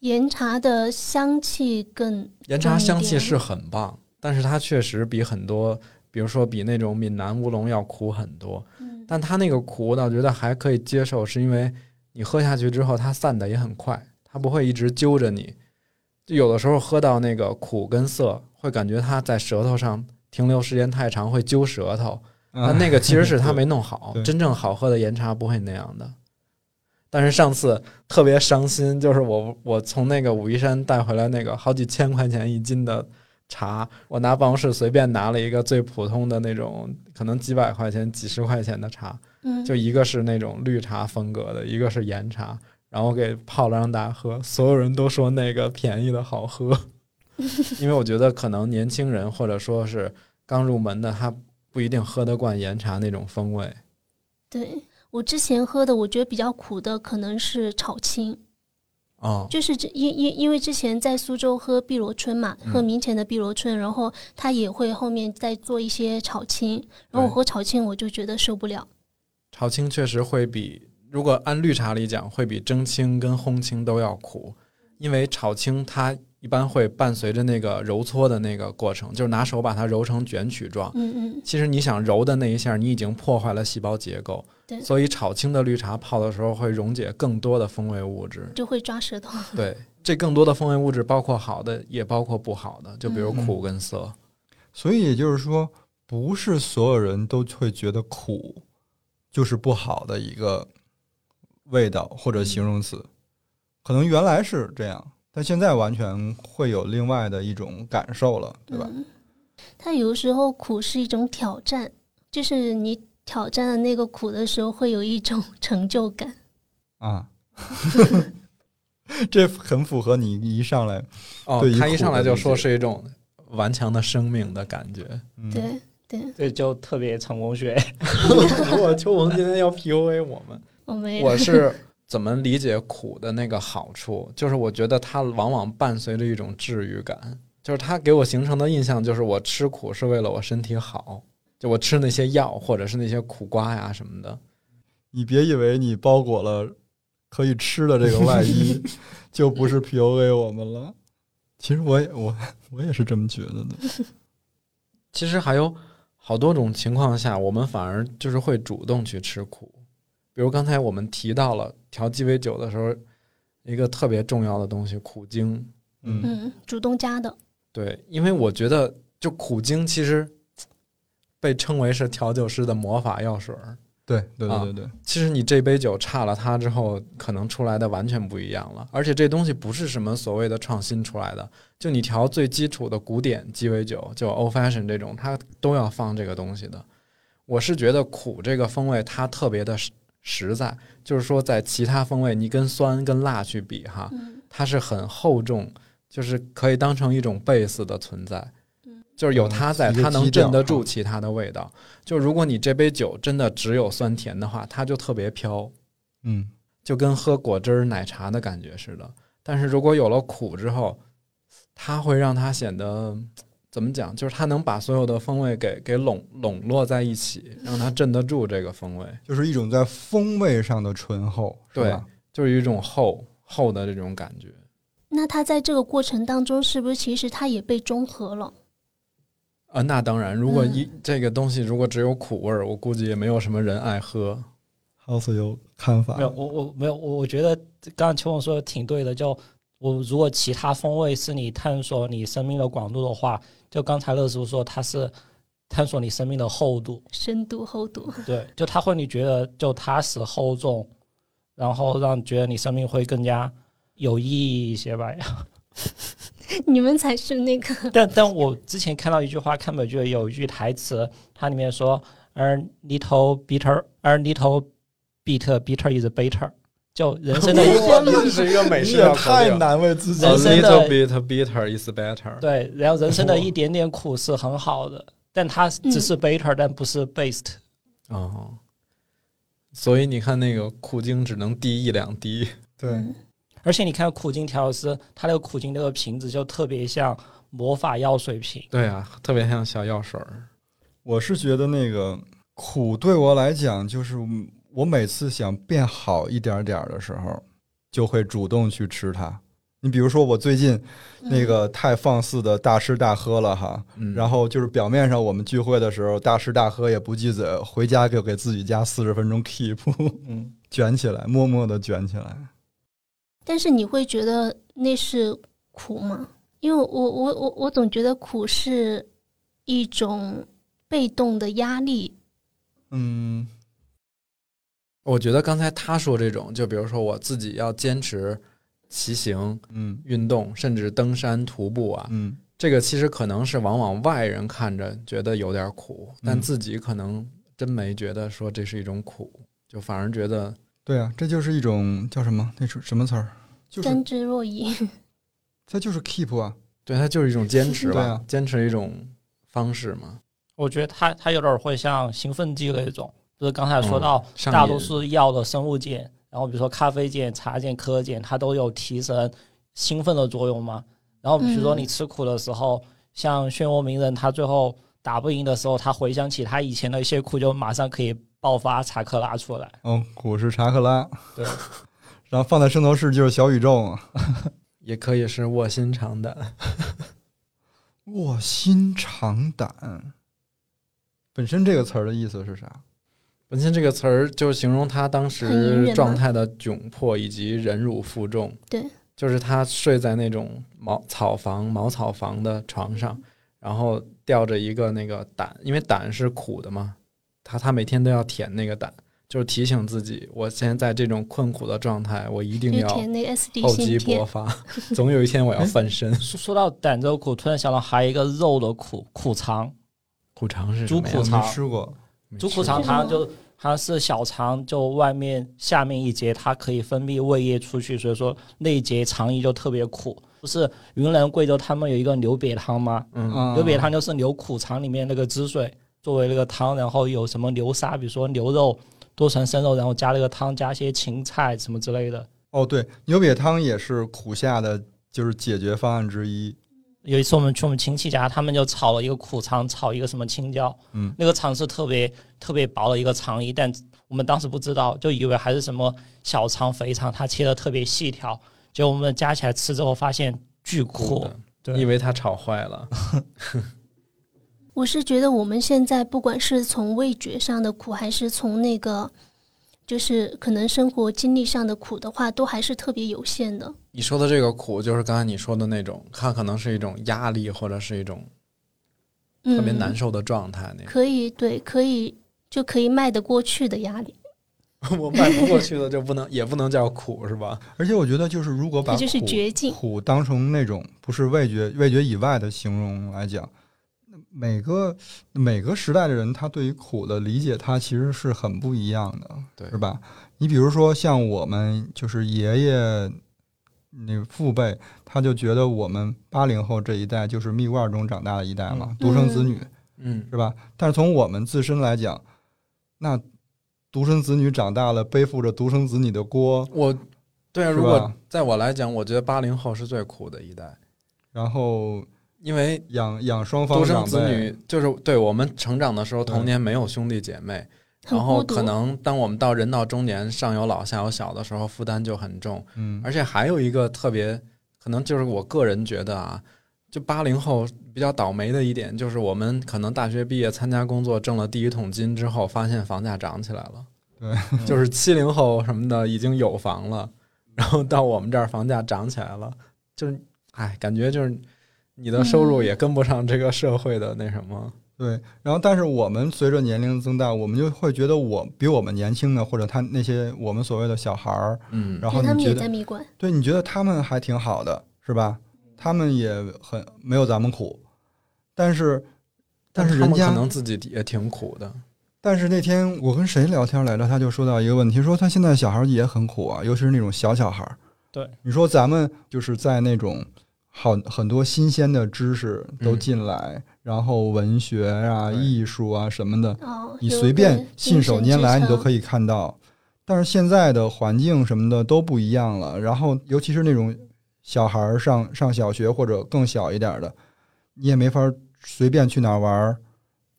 Speaker 1: 岩茶的香气更
Speaker 3: 岩茶香气是很棒，但是它确实比很多，比如说比那种闽南乌龙要苦很多。
Speaker 1: 嗯
Speaker 3: 但它那个苦，我倒觉得还可以接受，是因为你喝下去之后，它散的也很快，它不会一直揪着你。就有的时候喝到那个苦跟涩，会感觉它在舌头上停留时间太长，会揪舌头。
Speaker 4: 啊
Speaker 3: 那那个其
Speaker 4: [LAUGHS]
Speaker 3: 实是它没弄好
Speaker 4: 对，对
Speaker 3: 真正好喝的岩茶不会那样的。但是上次特别伤心，就是我我从那个武夷山带回来那个好几千块钱一斤的茶，我拿办公室随便拿了一个最普通的那种，可能几百块钱、几十块钱的茶，
Speaker 1: 嗯，
Speaker 3: 就一个是那种绿茶风格的，一个是岩茶，然后给泡了让大家喝，所有人都说那个便宜的好喝， [LAUGHS] 因为我觉得可能年轻人或者说是刚入门的，他不一定喝得惯岩茶那种风味。
Speaker 1: 对我之前喝的，我觉得比较苦的可能是炒青，
Speaker 3: 哦，
Speaker 1: 就是这因因因为之前在苏州喝碧螺春嘛，
Speaker 3: 嗯
Speaker 1: 喝明前的碧螺春，然后他也会后面再做一些炒青，然后我
Speaker 3: 对
Speaker 1: 喝炒青我就觉得受不了。
Speaker 3: 炒青确实会比，如果按绿茶里讲，会比蒸青跟烘青都要苦，因为炒青它一般会伴随着那个揉搓的那个过程，就是拿手把它揉成卷曲状。
Speaker 1: 嗯嗯，
Speaker 3: 其实你想揉的那一下，你已经破坏了细胞结构
Speaker 1: 对，
Speaker 3: 所以炒青的绿茶泡的时候会溶解更多的风味物质。
Speaker 1: 就会抓舌头。
Speaker 3: 对，这更多的风味物质包括好的，也包括不好的，就比如
Speaker 4: 嗯
Speaker 3: 苦跟涩。
Speaker 4: 所以也就是说，不是所有人都会觉得苦就是不好的一个味道或者形容词，可能原来是这样，但现在完全会有另外的一种感受了，对吧？
Speaker 1: 嗯，它有时候苦是一种挑战，就是你挑战的那个苦的时候，会有一种 [LAUGHS] 成就感。
Speaker 4: 啊， [LAUGHS] 这很符合你一上来，
Speaker 3: 哦
Speaker 4: 对于，
Speaker 3: 他一
Speaker 4: 苦
Speaker 3: 上
Speaker 4: 的
Speaker 3: 来就
Speaker 4: 理
Speaker 3: 说
Speaker 4: 解
Speaker 3: 是一种顽强的生命的感觉。
Speaker 4: 嗯、
Speaker 1: [LAUGHS] 对对，
Speaker 2: 这就特别成功学。
Speaker 3: 我秋萌今天要 PUA 我们，
Speaker 1: 我没有
Speaker 3: 我是怎么理解苦的那个好处？ [LAUGHS] 就是我觉得它往往伴随着一种治愈感，就是它给我形成的印象就是我吃苦是为了我身体好，就我吃那些药或者是那些苦瓜呀什么的。
Speaker 4: 你别以为你包裹了可以吃的这个外
Speaker 1: [LAUGHS]
Speaker 4: 衣，就不是 PUA 我们了。其实我也我我也是这么觉得的。
Speaker 3: 其实还有好多种情况下，我们反而就是会主动去吃苦。比如刚才我们提到了调鸡尾酒的时候，一个特别重要的东西——苦精。
Speaker 4: 嗯
Speaker 1: 嗯主动加的，
Speaker 3: 对，因为我觉得就苦精其实被称为是调酒师的魔法药水儿。
Speaker 4: 对对
Speaker 3: 啊
Speaker 4: 对对对，
Speaker 3: 其实你这杯酒差了它之后，可能出来的完全不一样了。而且这东西不是什么所谓的创新出来的，就你调最基础的古典鸡尾酒，就 old fashion 这种，它都要放这个东西的。我是觉得苦这个风味它特别的实实在，就是说在其他风味你跟酸跟辣去比哈，
Speaker 1: 嗯
Speaker 3: 它是很厚重，就是可以当成一种贝斯的存在。就是有它
Speaker 4: 嗯
Speaker 3: 在，
Speaker 4: 一个
Speaker 3: 它能
Speaker 4: 基调
Speaker 3: 镇得住其他的味道。就如果你这杯酒真的只有酸甜的话，它就特别飘，
Speaker 4: 嗯，
Speaker 3: 就跟喝果汁儿、奶茶的感觉似的。但是如果有了苦之后，它会让它显得嗯怎么讲？就是它能把所有的风味给给笼笼络在一起，让它镇得住这个风味，
Speaker 4: 就是一种在风味上的醇厚，是
Speaker 3: 对
Speaker 4: 吧？
Speaker 3: 就是有一种厚厚的这种感觉。
Speaker 1: 那它在这个过程当中，是不是其实它也被中和了？
Speaker 3: 啊，那当然，如果一、这个东西如果只有苦味儿，我估计也没有什么人爱喝。
Speaker 4: House 有看法
Speaker 2: 没，有，我我没有，我我觉得刚刚邱总说的挺对的。就我如果其他风味是你探索你生命的广度的话，就刚才乐叔说他是探索你生命的厚度，
Speaker 1: 深度厚 [LAUGHS] 度，
Speaker 2: 对，就它会你觉得就踏实厚重，然后让你觉得你生命会更加有意义一些吧。 [LAUGHS]
Speaker 1: 你们才是那个
Speaker 2: 但但我之前看到一句话，看美剧有一句台词，它里面说 “a little bitter, a little beat bitter is better，就
Speaker 3: [LAUGHS]
Speaker 2: 人生的
Speaker 1: 对
Speaker 3: 哇这是一个美啊
Speaker 4: 你
Speaker 3: 式
Speaker 4: 也
Speaker 3: 绕口
Speaker 4: 太
Speaker 3: 令。
Speaker 4: 难为自己
Speaker 3: A
Speaker 2: 人
Speaker 4: 了。
Speaker 2: 生的
Speaker 3: little bit bitter is better。
Speaker 2: 对，然后人生的一点点苦是很好的，但它只是 better，、但不是 best。
Speaker 3: 哦，所以你看那个苦精只能滴一两滴，
Speaker 1: 嗯
Speaker 4: 对，
Speaker 2: 而且你看苦精调酒师，他那个苦精那个瓶子就特别像魔法药水瓶。
Speaker 3: 对啊，特别像小药水儿。
Speaker 4: 我是觉得那个苦对我来讲，就是我每次想变好一点点儿的时候，就会主动去吃它。你比如说，我最近
Speaker 1: 嗯
Speaker 4: 那个太放肆的大吃大喝了哈，
Speaker 3: 嗯，
Speaker 4: 然后就是表面上我们聚会的时候大吃大喝也不忌嘴，回家就给自己加四十分钟 keep [LAUGHS]
Speaker 2: 嗯，
Speaker 4: 卷起来，默默的卷起来。
Speaker 1: 但是你会觉得那是苦吗？因为我我我我总觉得苦是一种被动的压力，
Speaker 4: 嗯，
Speaker 3: 我觉得刚才他说这种，就比如说我自己要坚持骑行、
Speaker 4: 嗯
Speaker 3: 运动，甚至登山、徒步啊，
Speaker 4: 嗯，
Speaker 3: 这个其实可能是往往外人看着觉得有点苦，但
Speaker 4: 嗯
Speaker 3: 自己可能真没觉得说这是一种苦，就反而觉得
Speaker 4: 对啊，这就是一种叫什么？那是什么词儿？就是
Speaker 1: 甘之若饴。
Speaker 4: 它就是 keep 啊。
Speaker 3: 对它就是一种坚持吧，
Speaker 4: [LAUGHS] 对啊
Speaker 3: 坚持一种方式嘛。
Speaker 2: 我觉得它它有点会像兴奋剂那种，就是刚才说
Speaker 3: 嗯
Speaker 2: 到
Speaker 3: 上
Speaker 2: 大
Speaker 3: 瘾
Speaker 2: 多数药的生物碱，然后比如说咖啡碱、茶碱、可可碱，它都有提神、兴奋的作用嘛。然后比如说
Speaker 1: 嗯
Speaker 2: 你吃苦的时候，像漩涡鸣人，他最后打不赢的时候，他回想起他以前的一些苦，就马上可以爆发查克拉出来。
Speaker 4: 嗯，苦是查克拉，
Speaker 2: 对，
Speaker 4: 然后放在圣斗士就是小宇宙嘛。
Speaker 3: 也可以是卧薪尝胆，
Speaker 4: 卧薪尝胆，本身这个词儿的意思是啥？
Speaker 3: 本身这个词儿就形容他当
Speaker 1: 很隐忍
Speaker 3: 时
Speaker 1: 吗
Speaker 3: 状态的窘迫以及忍辱负重。
Speaker 1: 对，
Speaker 3: 就是他睡在那种茅草房、茅草房的床上，然后吊着一个那个胆，因为胆是苦的嘛，他他每天都要舔那个胆，就是提醒自己，我现在这种困苦的状态，我一
Speaker 1: [LAUGHS]
Speaker 3: 定
Speaker 1: 就
Speaker 3: 要
Speaker 1: 填那个 SD
Speaker 3: 厚
Speaker 1: 芯
Speaker 3: 积薄
Speaker 1: 片，
Speaker 3: 发，总有一天我要翻
Speaker 2: [LAUGHS]
Speaker 3: 身。
Speaker 2: 说说到胆这个苦，突然想到还有一个肉的苦，苦肠。
Speaker 3: 苦肠是什么
Speaker 2: 猪
Speaker 3: 呀
Speaker 2: 苦
Speaker 4: 我
Speaker 2: 肠
Speaker 4: 没吃过，
Speaker 3: 没
Speaker 2: 猪
Speaker 3: 吃
Speaker 2: 苦肠
Speaker 3: 过
Speaker 1: 它
Speaker 2: 它就它是小肠，就外面下面一节，它可以分泌胃液出去，所以说那一节肠衣就特别苦。不是云南贵州他们有一个牛瘪汤吗？
Speaker 3: 嗯，
Speaker 4: 嗯
Speaker 2: 牛瘪汤就是牛苦肠里面那个汁水作为那个汤，然后有什么牛沙，比如说牛肉剁成生肉，然后加那个汤，加些芹菜什么之类的。
Speaker 4: 哦，对，牛瘪汤也是苦夏的，就是解决方案之一。
Speaker 2: 有一次我们去我们亲戚家，他们就炒了一个苦肠，炒一个什么青椒，
Speaker 4: 嗯，
Speaker 2: 那个肠是特别特别薄的一个肠衣，但我们当时不知道，就以为还是什么小肠、肥肠，它切的特别细条，结果我们加起来吃之后发现巨
Speaker 3: 苦
Speaker 2: 苦
Speaker 3: 的，
Speaker 2: 对
Speaker 3: 因为它炒坏了。
Speaker 1: 我是觉得我们现在不管是从味觉上的苦，还是从那个就是可能生活经历上的苦的话，都还是特别有限的。
Speaker 3: 你说的这个苦，就是刚才你说的那种，它可能是一种压力，或者是一种
Speaker 1: 嗯，
Speaker 3: 特别难受的状态。那
Speaker 1: 可以对，可以就可以迈得过去的压力，
Speaker 3: 种 [LAUGHS] 我迈不过去的就不能，也不能叫苦，是吧？
Speaker 4: 而且我觉得，就是如果把
Speaker 1: 这就是
Speaker 4: 苦
Speaker 1: 绝境。
Speaker 4: 苦当成那种不是味觉味觉以外的形容来讲，每个每个时代的人，他对于苦的理解，他其实是很不一样的，
Speaker 3: 对
Speaker 4: 是吧？你比如说像我们就是爷爷那父辈，他就觉得我们八零后这一代就是蜜罐中长大的一代嘛，
Speaker 2: 嗯
Speaker 4: 独生子
Speaker 1: 嗯
Speaker 4: 女
Speaker 3: 嗯，
Speaker 4: 是吧？但是从我们自身来讲，那独生子女长大了，背负着独生子女的锅，
Speaker 3: 我对啊，
Speaker 4: 是
Speaker 3: 如果
Speaker 4: 吧
Speaker 3: 在我来讲，我觉得八零后是最苦的一代，
Speaker 4: 然后
Speaker 3: 因为
Speaker 4: 养养双方
Speaker 3: 独生
Speaker 4: 长
Speaker 3: 子
Speaker 4: 辈。
Speaker 3: 女就是对我们成长的时候，
Speaker 4: 对
Speaker 3: 童年没有兄弟姐妹，
Speaker 1: 很
Speaker 3: 然后
Speaker 1: 孤独
Speaker 3: 可能当我们到人到中年，上有老下有小的时候，负担就很重。
Speaker 4: 嗯，
Speaker 3: 而且还有一个特别，可能就是我个人觉得啊，就八零后比较倒霉的一点，就是我们可能大学毕业参加工作，挣了第一桶金之后，发现房价涨起来了。
Speaker 2: 嗯
Speaker 3: 就是七零后什么的已经有房了，然后到我们这儿房价涨起来了，就是哎，感觉就是你的收入也跟不上这个社会的那什么。
Speaker 4: 对，然后但是我们随着年龄增大，我们就会觉得我比我们年轻的，或者他那些我们所谓的小孩儿，
Speaker 3: 嗯，
Speaker 4: 然后
Speaker 1: 对他们
Speaker 4: 你觉
Speaker 1: 也
Speaker 4: 得
Speaker 1: 在，蜜罐，
Speaker 4: 对，你觉得他们还挺好的，是吧？他们也很没有咱们苦，但是但是
Speaker 3: 他
Speaker 4: 人
Speaker 3: 们可
Speaker 4: 家
Speaker 3: 能自己也挺苦的。
Speaker 4: 但是那天我跟谁聊天来着，他就说到一个问题，说他现在小孩儿也很苦啊，尤其是那种小小孩儿。
Speaker 2: 对，
Speaker 4: 你说咱们就是在那种好很多新鲜的知识都
Speaker 3: 嗯
Speaker 4: 进来，然后文学啊、
Speaker 3: 对
Speaker 4: 艺术啊什么的，
Speaker 1: 哦，
Speaker 4: 你
Speaker 1: 有
Speaker 4: 随
Speaker 1: 个
Speaker 4: 便信手拈来，你都
Speaker 1: 以。
Speaker 4: 可以看到。但是现在的环境什么的都不一样了，然后尤其是那种小孩儿上上小学或者更小一点儿的，你也没法儿随便去哪儿玩儿，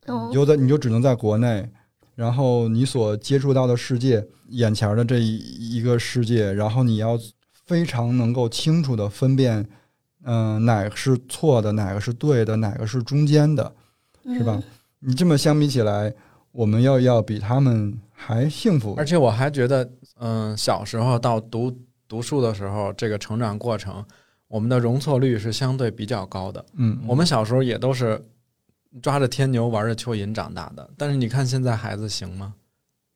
Speaker 1: 嗯
Speaker 4: 你就在你就只能在国内，然后你所接触到的世界，眼前的这一一个世界，然后你要非常能够清楚的分辨，嗯、哪个是错的，哪个是对的，哪个是中间的，是吧？
Speaker 1: 嗯
Speaker 4: 你这么相比起来，我们要要比他们还幸福
Speaker 3: 而。且我还觉得，嗯、小时候到读读书的时候，这个成长过程，我们的容错率是相对比较高的。
Speaker 4: 嗯，
Speaker 3: 我们小时候也都是抓着天牛玩着蚯蚓长大的，但是你看现在孩子行吗？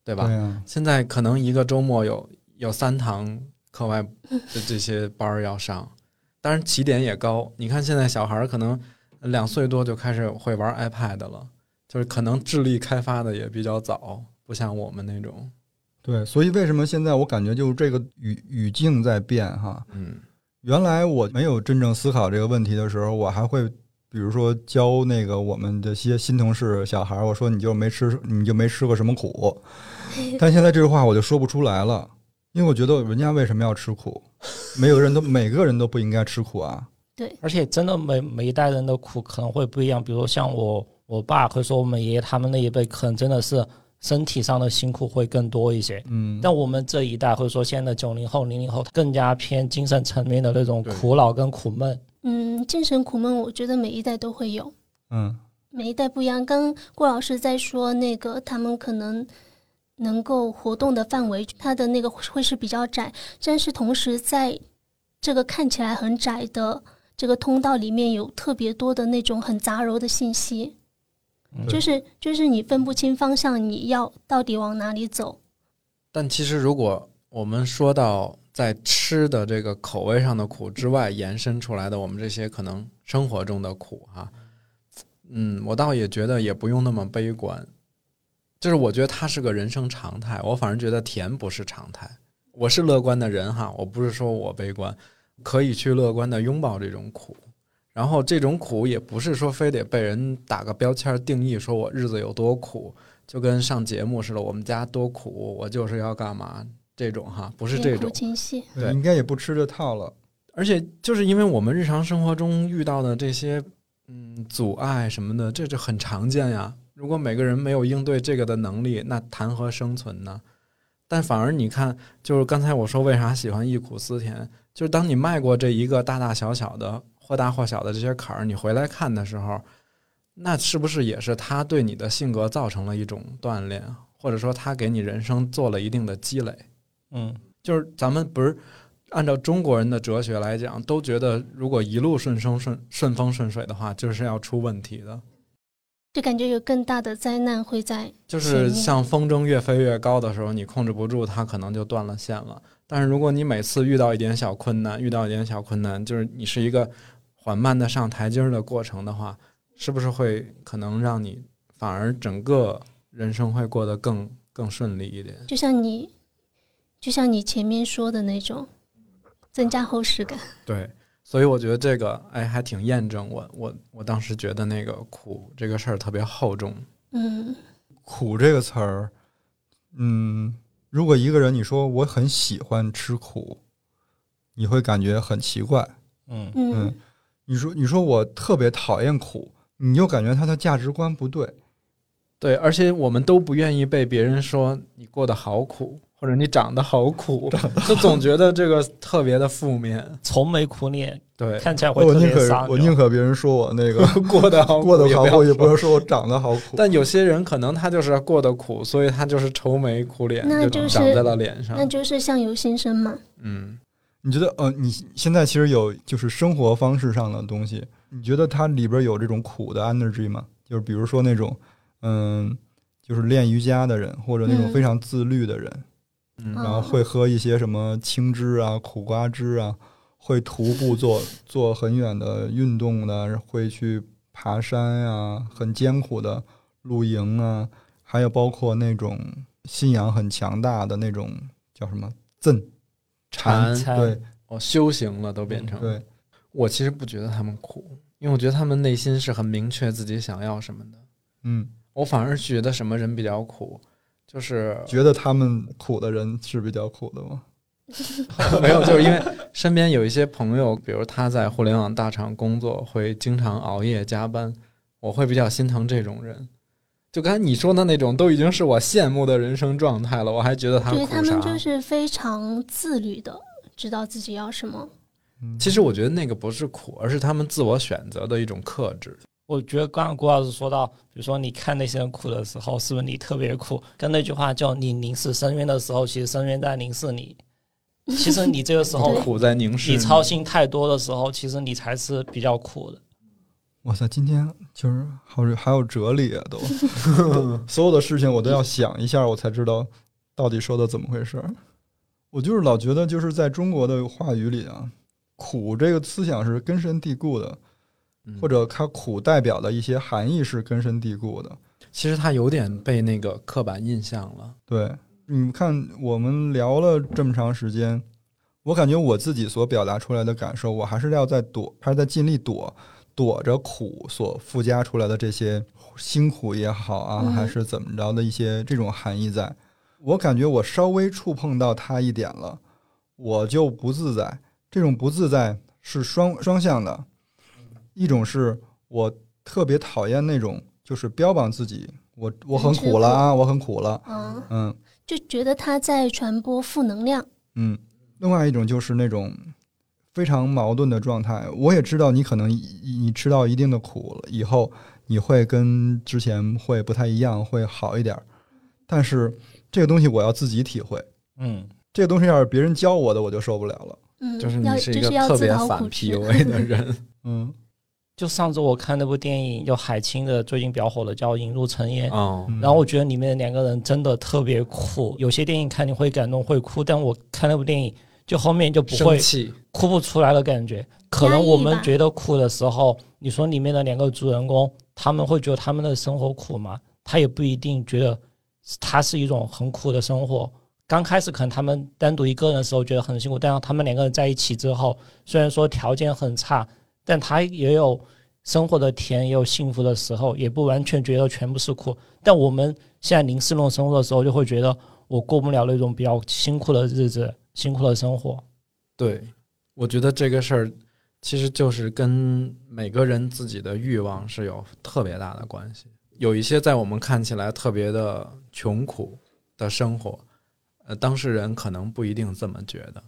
Speaker 3: 对吧？
Speaker 4: 对呀、
Speaker 3: 现在可能一个周末有有三堂课外的这些班儿要上，当然起点也高。你看现在小孩儿可能两岁多就开始会玩 iPad 了，就是可能智力开发的也比较早，不像我们那种。
Speaker 4: 对，所以为什么现在我感觉就是这个语语境在变哈？
Speaker 3: 嗯
Speaker 4: 原来我没有真正思考这个问题的时候，我还会比如说教那个我们这些新同事小孩儿，我说你就没吃，你就没吃过什么
Speaker 3: 嗯
Speaker 4: 苦。但现在这句话我就说不出来了，因为我觉得人家为什么要吃苦？每个人都每个人都不应该吃苦啊。
Speaker 2: 而且真的每每一代人的苦可能会不一样，比如像我我爸会说我们爷爷他们那一辈可能真的是身体上的辛苦会更多一些，
Speaker 4: 嗯，
Speaker 2: 但我们这一代或者说现在的九零后、零零后更加偏精神层面的那种
Speaker 3: 对
Speaker 2: 苦恼跟苦闷。
Speaker 1: [LAUGHS] 嗯，精神苦闷，我觉得每一代都会有，
Speaker 4: 嗯，
Speaker 1: 每一代不一样。刚郭老师在说那个，他们可能能够活动的范围，他的那个会是比较窄，但是同时在这个看起来很窄的这个通道里面，有特别多的那种很杂糅的信息，
Speaker 2: 嗯
Speaker 1: 就是就是你分不清方向，你要到底往哪里走。
Speaker 3: 但其实如果我们说到在吃的这个口味上的苦之外，延伸出来的我们这些可能生活中的苦哈、嗯，我倒也觉得也不用那么悲观，就是我觉得它是个人生常态，我反而觉得甜不是常态。我是乐观的人哈，我不是说我悲观，可以去乐观的拥抱这种苦，然后这种苦也不是说非得被人打个标签儿定义，说我日子有多苦，就跟上节目似的，我们家多苦，我就是要干嘛这种哈，不是这
Speaker 1: 艰苦
Speaker 3: 种。
Speaker 1: 情系，
Speaker 3: 对
Speaker 4: 应该也不吃这套了。
Speaker 3: 而且就是因为我们日常生活中遇到的这些嗯阻碍什么的，这就很常见呀。如果每个人没有应对这个的能力，那谈何生存呢？但反而你看，就是刚才我说为啥喜欢忆苦思甜，就是当你迈过这一个大大小小的或大或小的这些坎儿，你回来看的时候，那是不是也是他对你的性格造成了一种锻炼，或者说他给你人生做了一定的积累？
Speaker 2: 嗯，
Speaker 3: 就是咱们不是按照中国人的哲学来讲，都觉得如果一路顺风顺顺风顺水的话，就是要出问题的，
Speaker 1: 就感觉有更大的灾难会在
Speaker 3: 就是像风筝越飞越高的时候，你控制不住，它可能就断了线了。但是如果你每次遇到一点小困难，遇到一点小困难，就是你是一个缓慢的上台阶儿的过程的话，是不是会可能让你反而整个人生会过得更更顺利一点？
Speaker 1: 就像你，就像你前面说的那种，增加厚实感。
Speaker 3: 对，所以我觉得这个哎，还挺验证我我我当时觉得那个苦这个事儿特别厚重。
Speaker 1: 嗯，
Speaker 4: 苦这个词儿，嗯，如果一个人你说我很喜欢吃苦，你会感觉很奇怪。
Speaker 2: 嗯，
Speaker 1: 嗯
Speaker 4: 你说你说我特别讨厌苦，你又感觉他的价值观不对。
Speaker 3: 对，而且我们都不愿意被别人说你过得好苦，或者你长得好苦，就总觉得这个特别的负面。
Speaker 2: 愁眉苦脸，
Speaker 4: [LAUGHS]
Speaker 3: 对，
Speaker 2: 看起来会
Speaker 4: 我
Speaker 2: 特
Speaker 4: 哦宁
Speaker 2: 别
Speaker 4: 可
Speaker 2: 丧。
Speaker 4: 我宁可别人说我 [LAUGHS] 那个
Speaker 3: 过得好苦，
Speaker 4: 过得好苦，也
Speaker 3: 也
Speaker 4: 不
Speaker 3: 是。
Speaker 4: 要说我长得好 [LAUGHS] 苦。
Speaker 3: 但有些人可能他就是过得苦，所以他就是愁眉苦脸，
Speaker 1: 那
Speaker 3: 就
Speaker 1: 就是
Speaker 3: 长在了脸上
Speaker 1: 那。就是相由心生嘛。
Speaker 3: 嗯，
Speaker 4: 你觉得呃，你现在其实有就是生活方式上的东西，你觉得它里边有这种苦的 energy 吗？就是比如说那种嗯，就是练瑜伽的人，或者那种
Speaker 1: 嗯
Speaker 4: 非常自律的人。
Speaker 3: 嗯
Speaker 1: 啊
Speaker 4: 然后会喝一些什么青汁啊、苦瓜汁啊，会徒步做做很远的运动的，会去爬山啊，很艰苦的露营啊，还有包括那种信仰很强大的那种叫什么憎
Speaker 3: 禅
Speaker 2: 禅
Speaker 4: 对
Speaker 3: 哦，修行了都变成。
Speaker 4: 嗯对，
Speaker 3: 我其实不觉得他们苦，因为我觉得他们内心是很明确自己想要什么的。
Speaker 4: 嗯，
Speaker 3: 我反而觉得什么人比较苦，就是
Speaker 4: 觉得他们苦的人是比较苦的吗？
Speaker 3: [LAUGHS] 没有，就是因为身边有一些朋友，比如他在互联网大厂工作，会经常熬夜加班，我会比较心疼这种人。就刚才你说的那种，都已经是我羡慕的人生状态了，我还觉得他
Speaker 1: 对
Speaker 3: 苦
Speaker 1: 他
Speaker 3: 啥
Speaker 1: 们？就是非常自律的，知道自己要什么。
Speaker 4: 嗯
Speaker 3: 其实我觉得那个不是苦，而是他们自我选择的一种克制。
Speaker 2: 我觉得刚刚郭老师说到，比如说你看那些人苦的时候，是不是你特别苦？跟那句话叫“你凝视深渊的时候，其实深渊在凝视
Speaker 4: [LAUGHS]
Speaker 2: 你”。其实你这个时候
Speaker 1: 对
Speaker 3: 苦在凝视
Speaker 2: 你操心太多的时候，其实你才是比较苦的。
Speaker 4: 哇塞，今天就是好有还有哲理啊，都所有的事情我都要想一下，我才知道到底说的怎么回事儿。我就是老觉得，就是在中国的话语里啊，苦这个思想是根深蒂固的，
Speaker 3: 你
Speaker 4: 或者它苦代表的一些含义是根深蒂固的。
Speaker 3: 其实他有点被那个刻板印象了。
Speaker 4: 对，你们看，我们聊了这么长时间，我感觉我自己所表达出来的感受，我还是要在躲，还是在尽力躲，躲着苦所附加出来的这些辛苦也好啊，
Speaker 1: 嗯
Speaker 4: 还是怎么着的一些这种含义在。我感觉我稍微触碰到它一点了，我就不自在。这种不自在是双双向的，一种是我特别讨厌那种，就是标榜自己，我我很苦了啊，我很苦了，
Speaker 1: 嗯，
Speaker 4: 嗯。
Speaker 1: 就觉得他在传播负能量。
Speaker 4: 嗯，另外一种就是那种非常矛盾的状态。我也知道你可能你你吃到一定的苦了以后，你会跟之前会不太一样，会好一点儿。但是这个东西我要自己体会，
Speaker 2: 嗯，
Speaker 4: 这个东西要是别人教我的，我就受不了了。
Speaker 1: 嗯，
Speaker 3: 就是你
Speaker 1: 要
Speaker 3: 是一
Speaker 1: 就
Speaker 3: 个
Speaker 1: 是要
Speaker 3: 特
Speaker 1: 自
Speaker 3: 别
Speaker 1: 讨
Speaker 3: 反
Speaker 1: 苦吃。
Speaker 3: PUA 的人，
Speaker 2: [LAUGHS]
Speaker 4: 嗯
Speaker 2: 就上周我看那部电影，就海清的最近比较火的叫《引入尘烟》，
Speaker 3: 哦，
Speaker 4: 嗯
Speaker 2: 然后我觉得里面的两个人真的特别酷。有些电影看你会感动会哭，但我看那部电影就后面就不
Speaker 3: 生
Speaker 2: 会
Speaker 3: 气，
Speaker 2: 哭不出来的感觉。可能我们觉得苦的时候，你说里面的两个主人公，他们会觉得他们的生活苦吗？他也不一定觉得他是一种很苦的生活。刚开始可能他们单独一个人的时候觉得很辛苦，但他们两个人在一起之后，虽然说条件很差，但他也有生活的甜，也有幸福的时候，也不完全觉得全部是苦。但我们现在凝视那种生活的时候，就会觉得我过不了那种比较辛苦的日子，辛苦的生活。
Speaker 3: 对，我觉得这个事儿其实就是跟每个人自己的欲望是有特别大的关系。有一些在我们看起来特别的穷苦的生活，呃，当事人可能不一定这么觉得，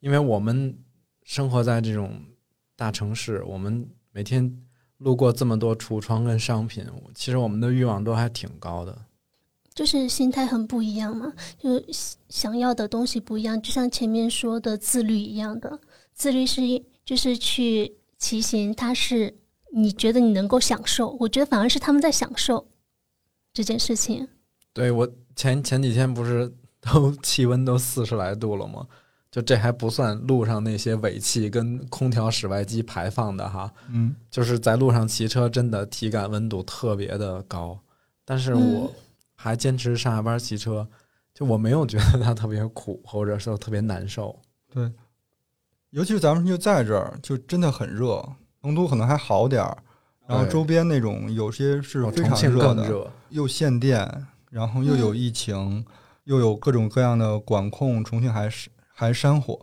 Speaker 3: 因为我们生活在这种大城市，我们每天路过这么多橱窗跟商品，其实我们的欲望都还挺高的。
Speaker 1: 就是心态很不一样嘛，就想要的东西不一样，就像前面说的自律一样的，自律是一就是去骑行，它是你觉得你能够享受，我觉得反而是他们在享受这件事情。
Speaker 3: 对我前前几天不是都 [LAUGHS] 气温都四十来度了吗？就这还不算路上那些尾气跟空调室外机排放的哈，
Speaker 4: 嗯，
Speaker 3: 就是在路上骑车真的体感温度特别的高，但是
Speaker 1: 嗯
Speaker 3: 我还坚持上下班骑车，就我没有觉得它特别苦，或者说特别难受。
Speaker 4: 尤其是咱们就在这儿，就真的很热。成都可能还好点儿，然后
Speaker 3: 对
Speaker 4: 周边那种有些是
Speaker 3: 哦
Speaker 4: 非
Speaker 3: 重
Speaker 4: 常
Speaker 3: 庆
Speaker 4: 热
Speaker 3: 更
Speaker 4: 的，
Speaker 1: 呃
Speaker 3: 热，
Speaker 4: 又限电，然后又有疫情，又有各种各样的管控，重庆还是还山火，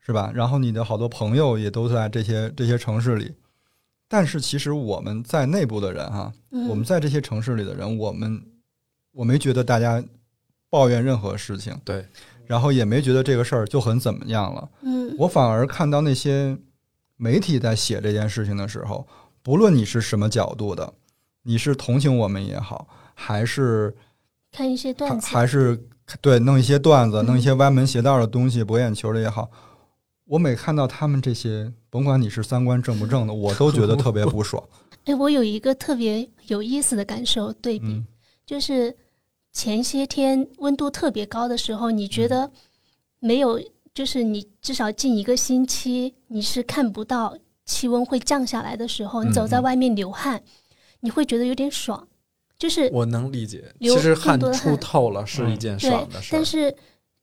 Speaker 4: 是吧？然后你的好多朋友也都在这些这些城市里，但是其实我们在内部的人哈、
Speaker 1: 嗯，
Speaker 4: 我们在这些城市里的人，我们我没觉得大家抱怨任何事情，
Speaker 3: 对，
Speaker 4: 然后也没觉得这个事儿就很怎么样了。
Speaker 1: 嗯，
Speaker 4: 我反而看到那些媒体在写这件事情的时候，不论你是什么角度的，你是同情我们也好，还是
Speaker 1: 看一些
Speaker 4: 还
Speaker 1: 段子，
Speaker 4: 还是对弄一些段子，
Speaker 1: 嗯
Speaker 4: 弄一些歪门邪道的东西，博眼球的也好，我每看到他们这些，甭管你是三观正不正的，我都觉得特别不
Speaker 1: [LAUGHS]
Speaker 4: 爽。
Speaker 1: 哎，我有一个特别有意思的感受对比，
Speaker 4: 嗯
Speaker 1: 就是前些天温度特别高的时候，你
Speaker 3: 嗯
Speaker 1: 觉得没有，就是你至少近一个星期你是看不到气温会降下来的时候，你走在
Speaker 3: 嗯嗯
Speaker 1: 外面流汗，你会觉得有点爽。就是
Speaker 3: 我能理解。
Speaker 1: 流
Speaker 3: 其实汗
Speaker 1: 更多的
Speaker 3: 出
Speaker 1: 汗
Speaker 3: 透了
Speaker 4: 嗯
Speaker 3: 是一件
Speaker 1: 对
Speaker 3: 爽的，事儿
Speaker 1: 但，是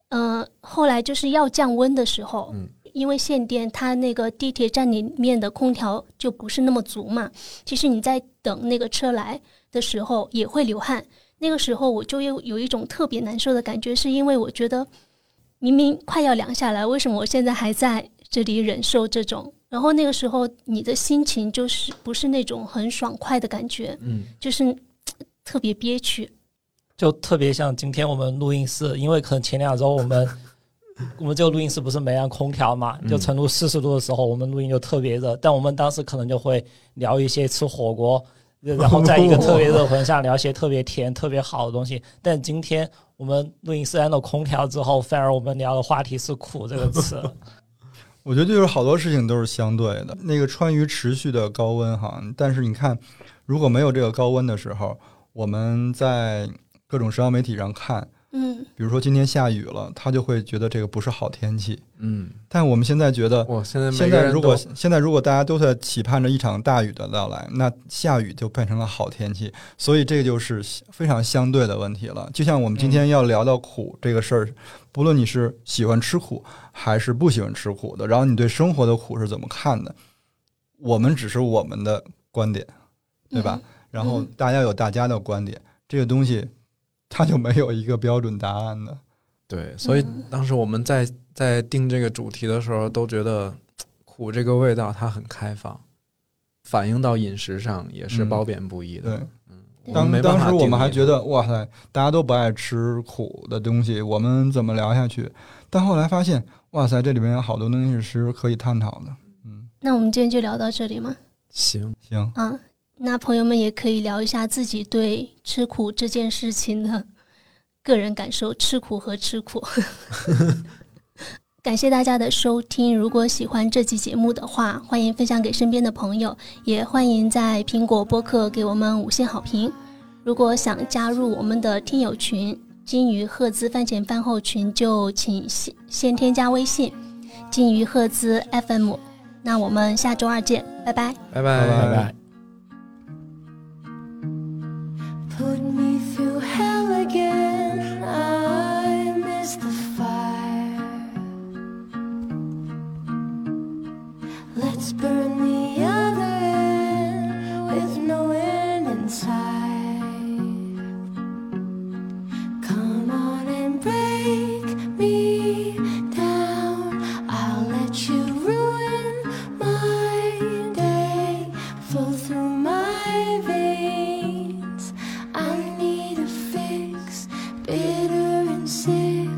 Speaker 1: 呃，后来就是要降温的时候，
Speaker 3: 嗯
Speaker 1: 因为限电，它那个地铁站里面的空调就不是那么足嘛。其实你在等那个车来的时候也会流汗，那个时候我就有有一种特别难受的感觉，是因为我觉得明明快要凉下来，为什么我现在还在这里忍受这种？然后那个时候你的心情就是不是那种很爽快的感觉，
Speaker 3: 嗯，
Speaker 1: 就是嘖特别憋屈。
Speaker 2: 就特别像今天我们录音室，因为可能前两周我们我们这个录音室不是没安空调嘛，就成都四十度的时候，我们录音就特别热，但我们当时可能就会聊一些吃火锅，然后在一个特别热的环境下聊一些特别甜、特别好的东西。但今天我们录音室安了空调之后，反而我们聊的话题是“苦”这个词。
Speaker 4: 我觉得就是好多事情都是相对的。那个川渝持续的高温哈，但是你看，如果没有这个高温的时候，我们在各种社交媒体上看，
Speaker 1: 嗯，
Speaker 4: 比如说今天下雨了，他就会觉得这个不是好天气。
Speaker 3: 嗯，
Speaker 4: 但我们现在觉得，
Speaker 3: 我现在每
Speaker 4: 现
Speaker 3: 个
Speaker 4: 在
Speaker 3: 人
Speaker 4: 如果
Speaker 3: 都
Speaker 4: 现在如果大家都在期盼着一场大雨的到来，那下雨就变成了好天气，所以这就是非常相对的问题了。就像我们今天要聊到苦这个事儿，不论你是喜欢吃苦还是不喜欢吃苦的，然后你对生活的苦是怎么看的，我们只是我们的观点，对吧？然后
Speaker 1: 嗯
Speaker 4: 大家有大家的观点，这个东西它就没有一个标准答案的。
Speaker 3: 对，所以
Speaker 1: 嗯
Speaker 3: 当时我们在在定这个主题的时候，都觉得嘖苦这个味道它很开放，反映到饮食上也是
Speaker 4: 嗯
Speaker 3: 褒贬不一
Speaker 4: 对。
Speaker 3: 的嗯我们
Speaker 4: 当
Speaker 3: 没办
Speaker 4: 当
Speaker 3: 法
Speaker 4: 时我们还
Speaker 3: 定义
Speaker 4: 觉得哇塞，大家都不爱吃苦的东西，我们怎么聊下去？但后来发现，哇塞，这里面有好多东西是可以探讨的。嗯，
Speaker 1: 那我们今天就聊到这里吗？
Speaker 3: 行，
Speaker 4: 行，
Speaker 1: 啊，那朋友们也可以聊一下自己对吃苦这件事情的个人感受，吃苦和吃苦。 [LAUGHS] 感谢大家的收听，如果喜欢这期节目的话，欢迎分享给身边的朋友，也欢迎在苹果播客给我们五星好评。如果想加入我们的听友群“金鱼赫兹饭前饭后群”，就请先先添加微信“金鱼赫兹 FM”。那我们下周二见，拜拜。
Speaker 3: 哎拜
Speaker 4: 拜拜
Speaker 2: 拜拜。
Speaker 5: Put me through hell again. I miss the fire. Let's burn the other end with no end in sight. Come on and break me down. I'll let you ruin my day. Flow through my veins. I need a fix, bitter and sick.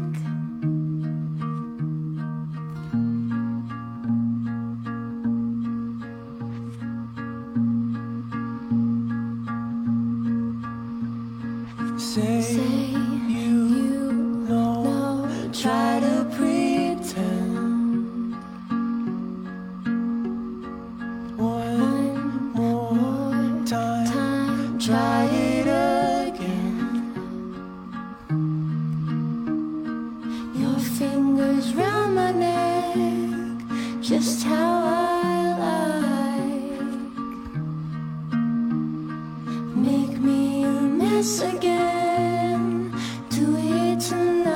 Speaker 6: Say
Speaker 5: Say
Speaker 6: you
Speaker 5: you
Speaker 6: know
Speaker 5: no, try to pretend.
Speaker 6: one
Speaker 5: One
Speaker 6: more
Speaker 5: more
Speaker 6: time.
Speaker 5: time, try it again. Your fingers round my neck, just how I like. Make me a mess again, do it tonight.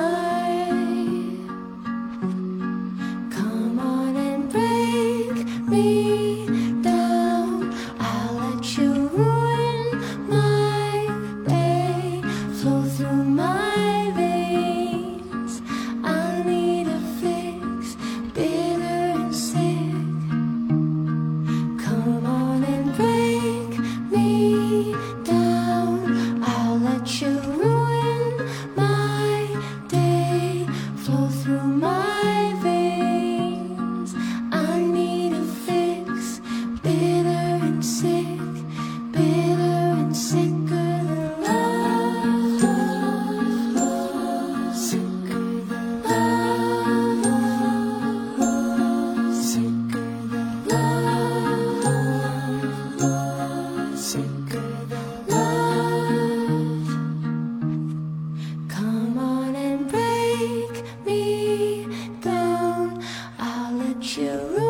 Speaker 5: Come on and break me down. I'll let you ruin my day. Flow through my veins. I need a fix, bitter and sick. Come on and break me down. I'll let you ruin my day. Flow through my veins. I need a fix. Bitter and sick. Bitter and sicker than love. love, love. Sicker than love. love, love. Sicker than love. love, love. Sicker than love. Come on and break me down. I'll let you.